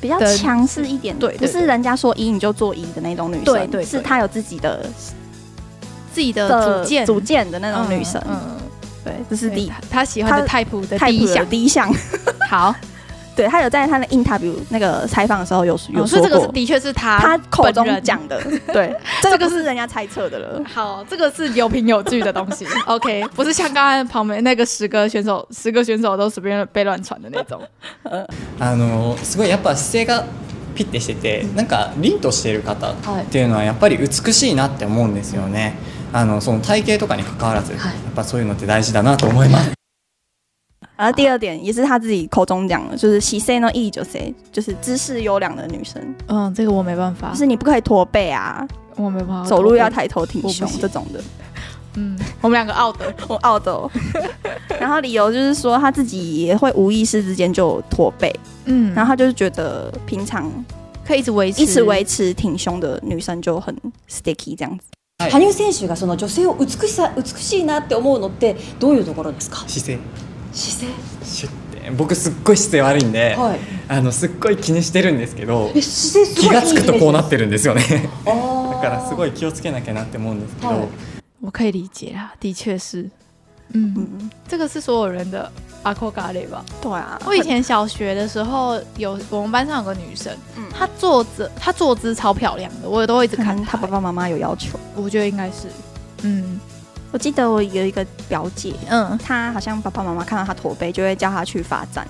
Speaker 2: 比较
Speaker 1: 的
Speaker 2: 强势一点，
Speaker 1: 对对
Speaker 2: 不是人家说一你就做一的那种女生，
Speaker 1: 对对对
Speaker 2: 是她有自己的
Speaker 1: 自己的
Speaker 2: 的
Speaker 1: 主见，
Speaker 2: 主见的那种女生，
Speaker 1: 嗯，嗯
Speaker 2: 对，这是
Speaker 1: 对
Speaker 2: 第一
Speaker 1: 他他喜欢的 type 的第一
Speaker 2: type 的
Speaker 1: 项。
Speaker 2: 嗯第一 项，
Speaker 1: 好，
Speaker 2: 对他有在他的 interview 那个采访的时候有有
Speaker 1: 哦所
Speaker 2: 说
Speaker 1: 以
Speaker 2: 过，
Speaker 1: 这个是的确是他
Speaker 2: 他口
Speaker 1: 本
Speaker 2: 中
Speaker 1: 人
Speaker 2: 讲 的，对，这个是人啊家猜测的了。
Speaker 1: 好，这个是有凭有据的 东西。OK，不是像刚才旁边那个十个选手，十个选手都随便被乱传的那种。
Speaker 3: あのすごいやっぱ姿勢がピッてしててなんか凛としてる方っていうのはやっぱり美しいなって思うんですよね、あのその体型とかに関わらず、やっぱそういうのって大事だなと思い ます
Speaker 2: 然后第二点也是他自己口中讲的，就是喜 C 呢 E 就 C，就是姿势优良的女生，
Speaker 1: 嗯，这个我没办法
Speaker 2: 就，是你不可以驼背啊，
Speaker 1: 我没办法，
Speaker 2: 走路要。抬头挺
Speaker 1: 我
Speaker 2: 胸
Speaker 1: 不行
Speaker 2: 这种的。
Speaker 1: 嗯，我们两个 out 的。
Speaker 2: 我澳洲，哦 然后理由就是说他自己也会无意识之间就驼背，
Speaker 1: 嗯，
Speaker 2: 然后他就是觉得平常
Speaker 1: 可以一直维持，
Speaker 2: 一直维持挺胸的女生就很 sticky 这样子。
Speaker 3: はい
Speaker 4: 羽生選手がその女性を美しさ美しいなって思うのってどういうところですか
Speaker 3: 姿勢
Speaker 4: 姿
Speaker 3: シュッて僕すっごい姿勢悪いんで、
Speaker 4: 勢はい
Speaker 3: あのすっごい気にしてるんですけど
Speaker 4: え姿勢すごい
Speaker 3: 気がつくとこうなっててるんですよね
Speaker 4: だ
Speaker 3: だからすご
Speaker 4: い
Speaker 3: い気をつけなきゃなって思うんですけど、
Speaker 4: はい
Speaker 1: 我可以理解啦，的确是。嗯，
Speaker 2: 嗯，
Speaker 1: 这个是所有人的阿扣咖喱吧？
Speaker 2: 对啊，
Speaker 1: 我以前小学的时候有我们班上有个女生，
Speaker 2: 嗯
Speaker 1: 她坐着她坐姿超漂亮的，我都会一直
Speaker 2: 可
Speaker 1: 看
Speaker 2: 能
Speaker 1: 她
Speaker 2: 他爸。爸妈妈有要求。
Speaker 1: 我觉得应该是，嗯
Speaker 2: 我记得我有一个表姐，
Speaker 1: 嗯，
Speaker 2: 她好像爸爸妈妈看到她驼背，就会叫她去罚站，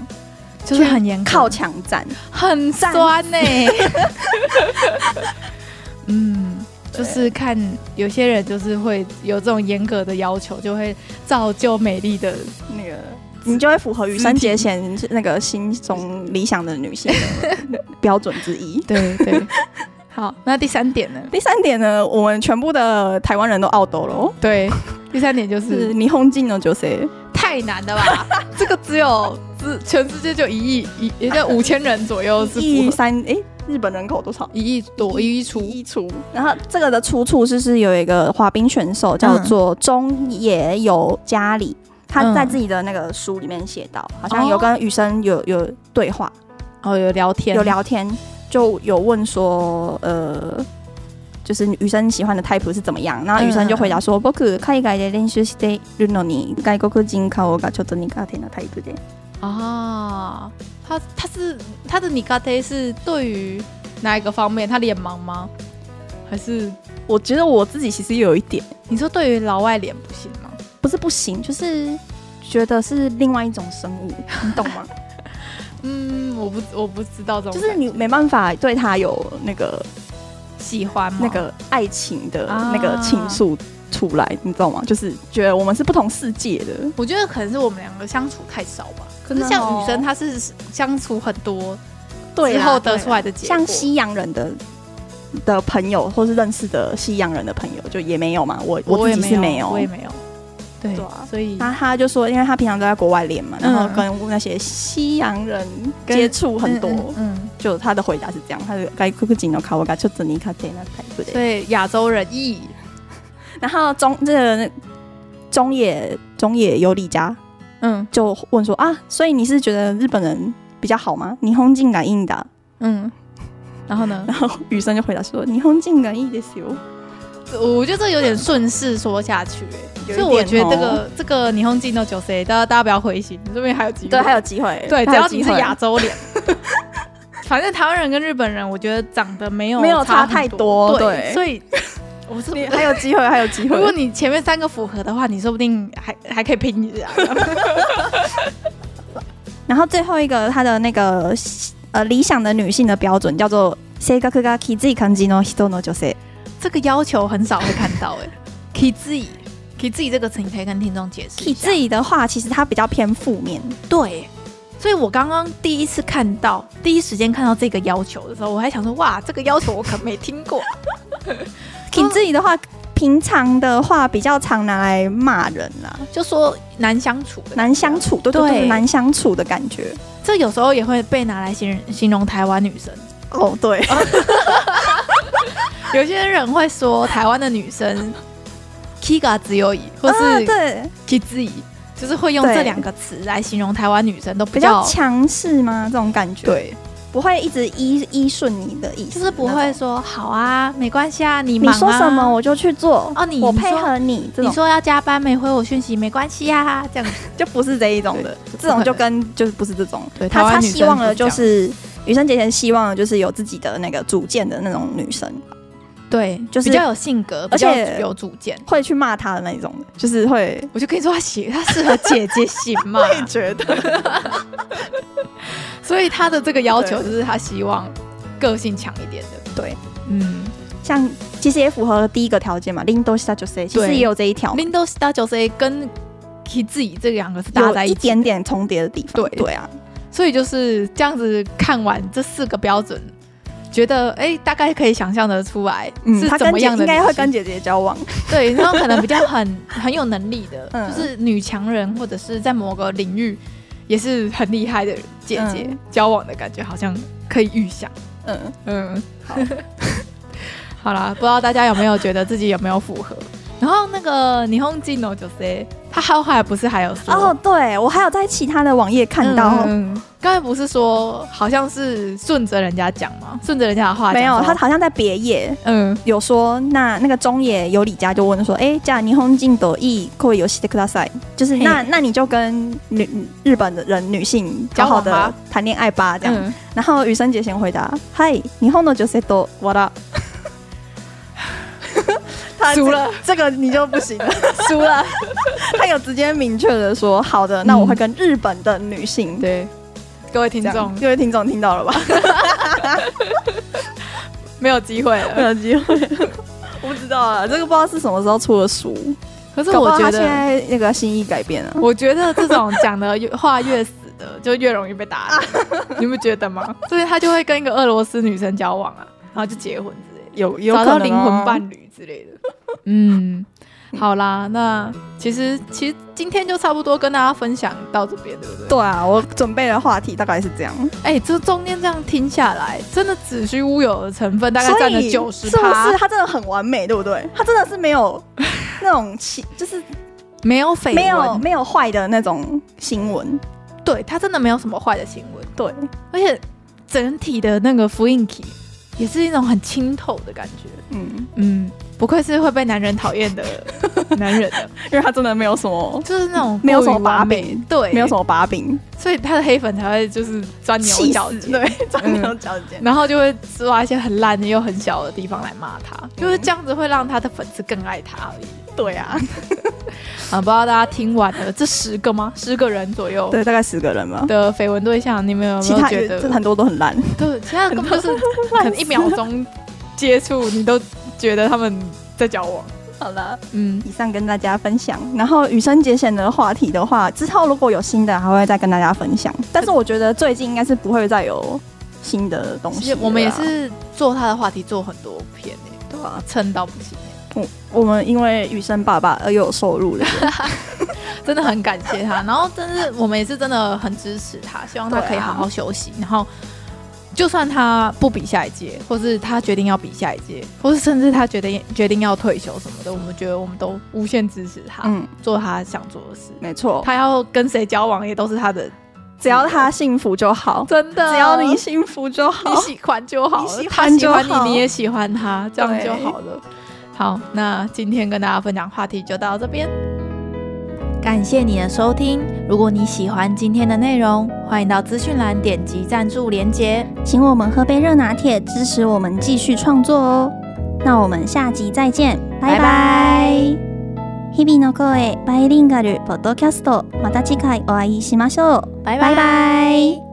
Speaker 1: 就是很严格
Speaker 2: 靠墙站。
Speaker 1: 很酸欸呢、 嗯，就是看有些人就是会有这种严格的要求，就会造就美丽的
Speaker 2: 那个你就会符合羽生结弦那个心中理想的女性 的标准之一。
Speaker 1: 对对。 好，那第三点呢？
Speaker 2: 第三点呢，我们全部的台湾人都傲斗了，哦
Speaker 1: 对，第三点就是
Speaker 2: 是霓虹镜呢哦就是
Speaker 1: 太难了吧？ 这个只有只全世界就一亿一也就五千人左右是
Speaker 2: 一
Speaker 1: 符
Speaker 2: 亿
Speaker 1: 合
Speaker 2: 三哎，日本人口多少？
Speaker 1: 一亿多一亿出。
Speaker 2: 一出。然后这个的出处就是有一个滑冰选手叫做中野有家里。他在自己的那个书里面写到，好像有跟雨生有有对话，
Speaker 1: 哦，有聊天，
Speaker 2: 有聊天，就有问说，呃，就是女生喜欢的 type 是怎么样？然后女生就回答说，僕海外で練習しているのに外国人顔がちょっと苦手なタイプで。
Speaker 1: 啊。他他是他的尼卡特是对于哪一个方面？他脸盲吗？还是
Speaker 2: 我觉得我自己其实有一点，
Speaker 1: 你说对于老外脸不行吗？
Speaker 2: 不是不行，就是觉得是另外一种生 物，你懂吗？
Speaker 1: 嗯，我不我不知道这种
Speaker 2: 就
Speaker 1: 感觉，
Speaker 2: 是你没办法对他有那个
Speaker 1: 喜欢吗？
Speaker 2: 那个爱情的
Speaker 1: 啊
Speaker 2: 那个情愫出来，你知道吗？就是觉得我们是不同世界的。
Speaker 1: 我觉得可能是我们两个相处太少吧。可
Speaker 2: 真的
Speaker 1: 是像
Speaker 2: 哦
Speaker 1: 女生，她是相处很多
Speaker 2: 对
Speaker 1: 之
Speaker 2: 啦
Speaker 1: 后得出来的结果，
Speaker 2: 像西洋人的的朋友，或是认识的西洋人的朋友，就也没有嘛。我我
Speaker 1: 也
Speaker 2: 自己是没
Speaker 1: 我
Speaker 2: 有
Speaker 1: 也。没有。对，
Speaker 2: 对啊
Speaker 1: 所以
Speaker 2: 那他就说，因为他平常都在国外练嘛，
Speaker 1: 嗯
Speaker 2: 然后跟那些西洋人接触很多，
Speaker 1: 嗯，嗯嗯
Speaker 2: 就他的回答是这样，他的外国人の顔がちょっと似てなタイプ
Speaker 1: 所
Speaker 2: で。
Speaker 1: 以亚洲人意
Speaker 2: 然后中这个中野中野有里家
Speaker 1: 嗯
Speaker 2: 就问说啊，所以你是觉得日本人比较好吗？日本人がいいんだ。
Speaker 1: 嗯，然后呢？
Speaker 2: 然后雨生就回答说日本人がいいですよ。
Speaker 1: 我觉得这有点顺势说下去、欸，
Speaker 2: 有一点
Speaker 1: 所以我觉得这个、
Speaker 2: 哦
Speaker 1: 这个霓虹镜都九谁，大家大家不要灰心，这边还有机会。
Speaker 2: 对，还有机会。
Speaker 1: 对，只要你是
Speaker 2: 还有机会啊
Speaker 1: 亚洲 脸。反正台湾人跟日本人，我觉得长得没有
Speaker 2: 没有
Speaker 1: 差
Speaker 2: 差
Speaker 1: 很
Speaker 2: 太
Speaker 1: 多，
Speaker 2: 多
Speaker 1: 对，
Speaker 2: 对
Speaker 1: 所 以我是
Speaker 2: 你还有机会，还有机
Speaker 1: 如果
Speaker 2: 会。
Speaker 1: 你前面三个符合的话，你说不定还还可以拼一下。
Speaker 2: 然后最后一个，他的那个呃理想的女性的标准叫做性格がきつい感じの人の女性。
Speaker 1: 这个要求很少会看到 哎、k i z i k i z i 这个词你可以跟听众解释
Speaker 2: き
Speaker 1: 一下。
Speaker 2: つい的话，其实它比较偏负面。
Speaker 1: 对，所以我刚刚第一次看到，第一时间看到这个要求的时候，我还想说哇，这个要求我可没听过。
Speaker 2: きつい的话，平常的话比较常拿来骂人啦，
Speaker 1: 就说难相处的，
Speaker 2: 难相。处，对对
Speaker 1: 对
Speaker 2: 对，难相处的感觉。
Speaker 1: 这有时候也会被拿来形容形容台湾女生。
Speaker 2: 哦， 对，
Speaker 1: 有些人会说台湾的女 生 “kiga 自由椅”或
Speaker 2: 啊
Speaker 1: 是
Speaker 2: 对，
Speaker 1: “kizi”，就是会用
Speaker 2: 对
Speaker 1: 这两个词来形容台湾女生都
Speaker 2: 比
Speaker 1: 比
Speaker 2: 较
Speaker 1: 较
Speaker 2: 强势吗？这种感觉，，
Speaker 1: 对，
Speaker 2: 不会一直依依顺你的意思，
Speaker 1: 就是不会
Speaker 2: 那种。
Speaker 1: 说“好啊，没关系啊，你
Speaker 2: 你
Speaker 1: 忙啊”。
Speaker 2: 说什么我就去做
Speaker 1: 哦你
Speaker 2: 我
Speaker 1: 你说
Speaker 2: 配合你，这
Speaker 1: 你
Speaker 2: 种
Speaker 1: 说要加班没回我讯息没关系呀、啊，这样子
Speaker 2: 就不是这一种的，这种就跟就是不是这种
Speaker 1: 对，台
Speaker 2: 他
Speaker 1: 湾
Speaker 2: 他
Speaker 1: 女生
Speaker 2: 希望
Speaker 1: 不是
Speaker 2: 的
Speaker 1: 这
Speaker 2: 就
Speaker 1: 样
Speaker 2: 是女生节前希望的就是有自己的那个主见的那种女生，
Speaker 1: 对，
Speaker 2: 就是
Speaker 1: 比较有性格，比
Speaker 2: 而
Speaker 1: 较
Speaker 2: 且
Speaker 1: 有主见。
Speaker 2: 会去骂他的那一种的，就是会
Speaker 1: 我就跟你说，他喜他适合姐姐型 嘛，
Speaker 2: 觉得
Speaker 1: 所以他的这个要求就是他希望个性强一点的。
Speaker 2: 对，
Speaker 1: 嗯，
Speaker 2: 像其实也符合第一个条件嘛，林多西他就 say，其实
Speaker 1: 对
Speaker 2: 也有这一条，
Speaker 1: 零都 star 九 C 跟 k 自己这两个是搭
Speaker 2: 有
Speaker 1: 在
Speaker 2: 一
Speaker 1: 起的
Speaker 2: 点，点重叠的地方，
Speaker 1: 对
Speaker 2: 对啊，
Speaker 1: 所以就是这样子看完这四个标准，觉得哎、大概可以想象得出来
Speaker 2: 嗯，
Speaker 1: 是
Speaker 2: 他
Speaker 1: 怎
Speaker 2: 跟
Speaker 1: 么
Speaker 2: 姐
Speaker 1: 样的
Speaker 2: 应
Speaker 1: 女性、
Speaker 2: 该会跟姐姐交往，
Speaker 1: 对，然后可能比较很很有能力的，
Speaker 2: 嗯
Speaker 1: 就是女强人，或者是在某个领域也是很厉害的姐姐、
Speaker 2: 嗯
Speaker 1: 交往的感觉，好像可以预想。
Speaker 2: 嗯，
Speaker 1: 嗯，好，好啦，不知道大家有没有觉得自己有没有符合？然后那个霓虹镜哦，就是他还有后来不是还有说
Speaker 2: 哦，对我还有在其他的网页看到。
Speaker 1: 嗯嗯嗯刚、才不是说好像是顺着人家讲吗？顺着人家的话讲
Speaker 2: 没有，
Speaker 1: 说
Speaker 2: 他好像在别页
Speaker 1: 嗯
Speaker 2: 有说，那那个中野有里家就问说，哎、じゃあ日本人といい恋をしてください，就是
Speaker 1: 嘿
Speaker 2: 那那你就跟女日本的人女性好好
Speaker 1: 交往
Speaker 2: 的
Speaker 1: 吧
Speaker 2: 谈恋爱吧，这样。
Speaker 1: 嗯
Speaker 2: 然后羽生结弦回答：“嗨，日本の女性と笑。 他
Speaker 1: 输了，
Speaker 2: 这个你就不行了。
Speaker 1: 输了，
Speaker 2: 他有直接明确的说：“好的，那我会跟日本的女
Speaker 1: 嗯
Speaker 2: 性。这
Speaker 1: 对，各位听
Speaker 2: 样
Speaker 1: 众
Speaker 2: 各位听众听到 了吧？
Speaker 1: 没有机会了
Speaker 2: 没。有机会，我不知道啊，这个不知道是什么时候出的书。
Speaker 1: 可是
Speaker 2: 搞不
Speaker 1: 我
Speaker 2: 好
Speaker 1: 觉
Speaker 2: 他现
Speaker 1: 得，
Speaker 2: 在那个心意改变了。
Speaker 1: 我觉得这种讲的越话越死的，就越容易被打脸， 你不觉得吗？所以他就会跟一个俄罗斯女生交往啊，然后就结婚之类的，
Speaker 2: 有有
Speaker 1: 找
Speaker 2: 可能、哦
Speaker 1: 到灵魂伴，侣之类的。 嗯，好啦，那其实其实今天就差不多跟大家分享到这边，对不对？
Speaker 2: 对啊，我准备的话题大概是这样，
Speaker 1: 哎、这中间这样听下来，真的子虚乌有的成分大概占了
Speaker 2: 所以
Speaker 1: 九十
Speaker 2: 是不
Speaker 1: 趴
Speaker 2: 是？，他真的很完美，对不对？他真的是没有那种奇， 就是
Speaker 1: 没有绯闻，
Speaker 2: 没有没有坏的那种新闻，
Speaker 1: 对他真的没有什么坏的新闻。
Speaker 2: 对，
Speaker 1: 而且整体的那个复印体也是一种很清透的感觉。
Speaker 2: 嗯，
Speaker 1: 嗯，不愧是会被男人讨厌的 男人的，
Speaker 2: 因为他真的没有什么，
Speaker 1: 就是那种
Speaker 2: 没有什么
Speaker 1: 过于完美
Speaker 2: 把柄
Speaker 1: 对，
Speaker 2: 没有什，么把柄，
Speaker 1: 所以他的黑粉才会就是钻牛
Speaker 2: 气
Speaker 1: 角
Speaker 2: 死，
Speaker 1: 尖，
Speaker 2: 对，钻牛角尖，
Speaker 1: 然后就会抓一些很烂的又很小的地方来骂他，就是这样子会让他的粉丝更爱他而已。
Speaker 2: 对啊，
Speaker 1: 啊，不知道大家听完了这十个吗？十个人左右
Speaker 2: 对，大概十个人吧，
Speaker 1: 的绯闻对象，你们有没
Speaker 2: 其
Speaker 1: 有
Speaker 2: 他
Speaker 1: 觉
Speaker 2: 也
Speaker 1: 得
Speaker 2: 真的很多都很烂，
Speaker 1: 对，其他的根本就是可能一秒钟接触，你都觉得他们在交往。
Speaker 2: 好了。
Speaker 1: 嗯，
Speaker 2: 以上跟大家分享。然后羽生结弦的话题的话，之后如果有新的，还会再跟大家分享。但是我觉得最近应该是不会再有新的东
Speaker 1: 其
Speaker 2: 西
Speaker 1: 实
Speaker 2: 了啦。
Speaker 1: 我们也是做他的话题做很多篇诶、对啊，撑到不行、
Speaker 2: 我，我们因为羽生爸爸而有收 入了。
Speaker 1: 真的很感 谢他。然后，但是我们也是真的很支持他，希望他
Speaker 2: 对啊
Speaker 1: 可以好好休息，然后就算他不比下一届，或是他决定要比下一届，或是甚至他决定决定要退休什么的，我们觉得我们都无限支持他，
Speaker 5: 嗯，
Speaker 1: 做他想做的事。
Speaker 5: 没 错，
Speaker 2: 啊
Speaker 1: 他要跟谁交往也都是他的，
Speaker 5: 只要他幸福就好，
Speaker 1: 真
Speaker 2: 啊
Speaker 1: 的。
Speaker 5: 只要你幸福就好
Speaker 1: 你。喜欢就好了，
Speaker 5: 你喜
Speaker 1: 他
Speaker 5: 欢
Speaker 1: 喜
Speaker 5: 就
Speaker 1: 欢
Speaker 5: 好
Speaker 1: 你，你也喜欢他，这样
Speaker 5: 对
Speaker 1: 就好了。好，那今天跟大家分享话题就到这边。
Speaker 6: 感谢你的收听。如果你喜欢今天的内容，欢迎到资讯栏点击赞助连结。
Speaker 5: 请我们喝杯热拿铁，支持我们继续创作哦。那我们下集再见，バイ
Speaker 6: 拜
Speaker 5: バイ。日々の声バイリンガルポッドキャストまた次回お会いしましょう。
Speaker 6: 拜
Speaker 5: バ
Speaker 6: 拜。
Speaker 5: イバイ。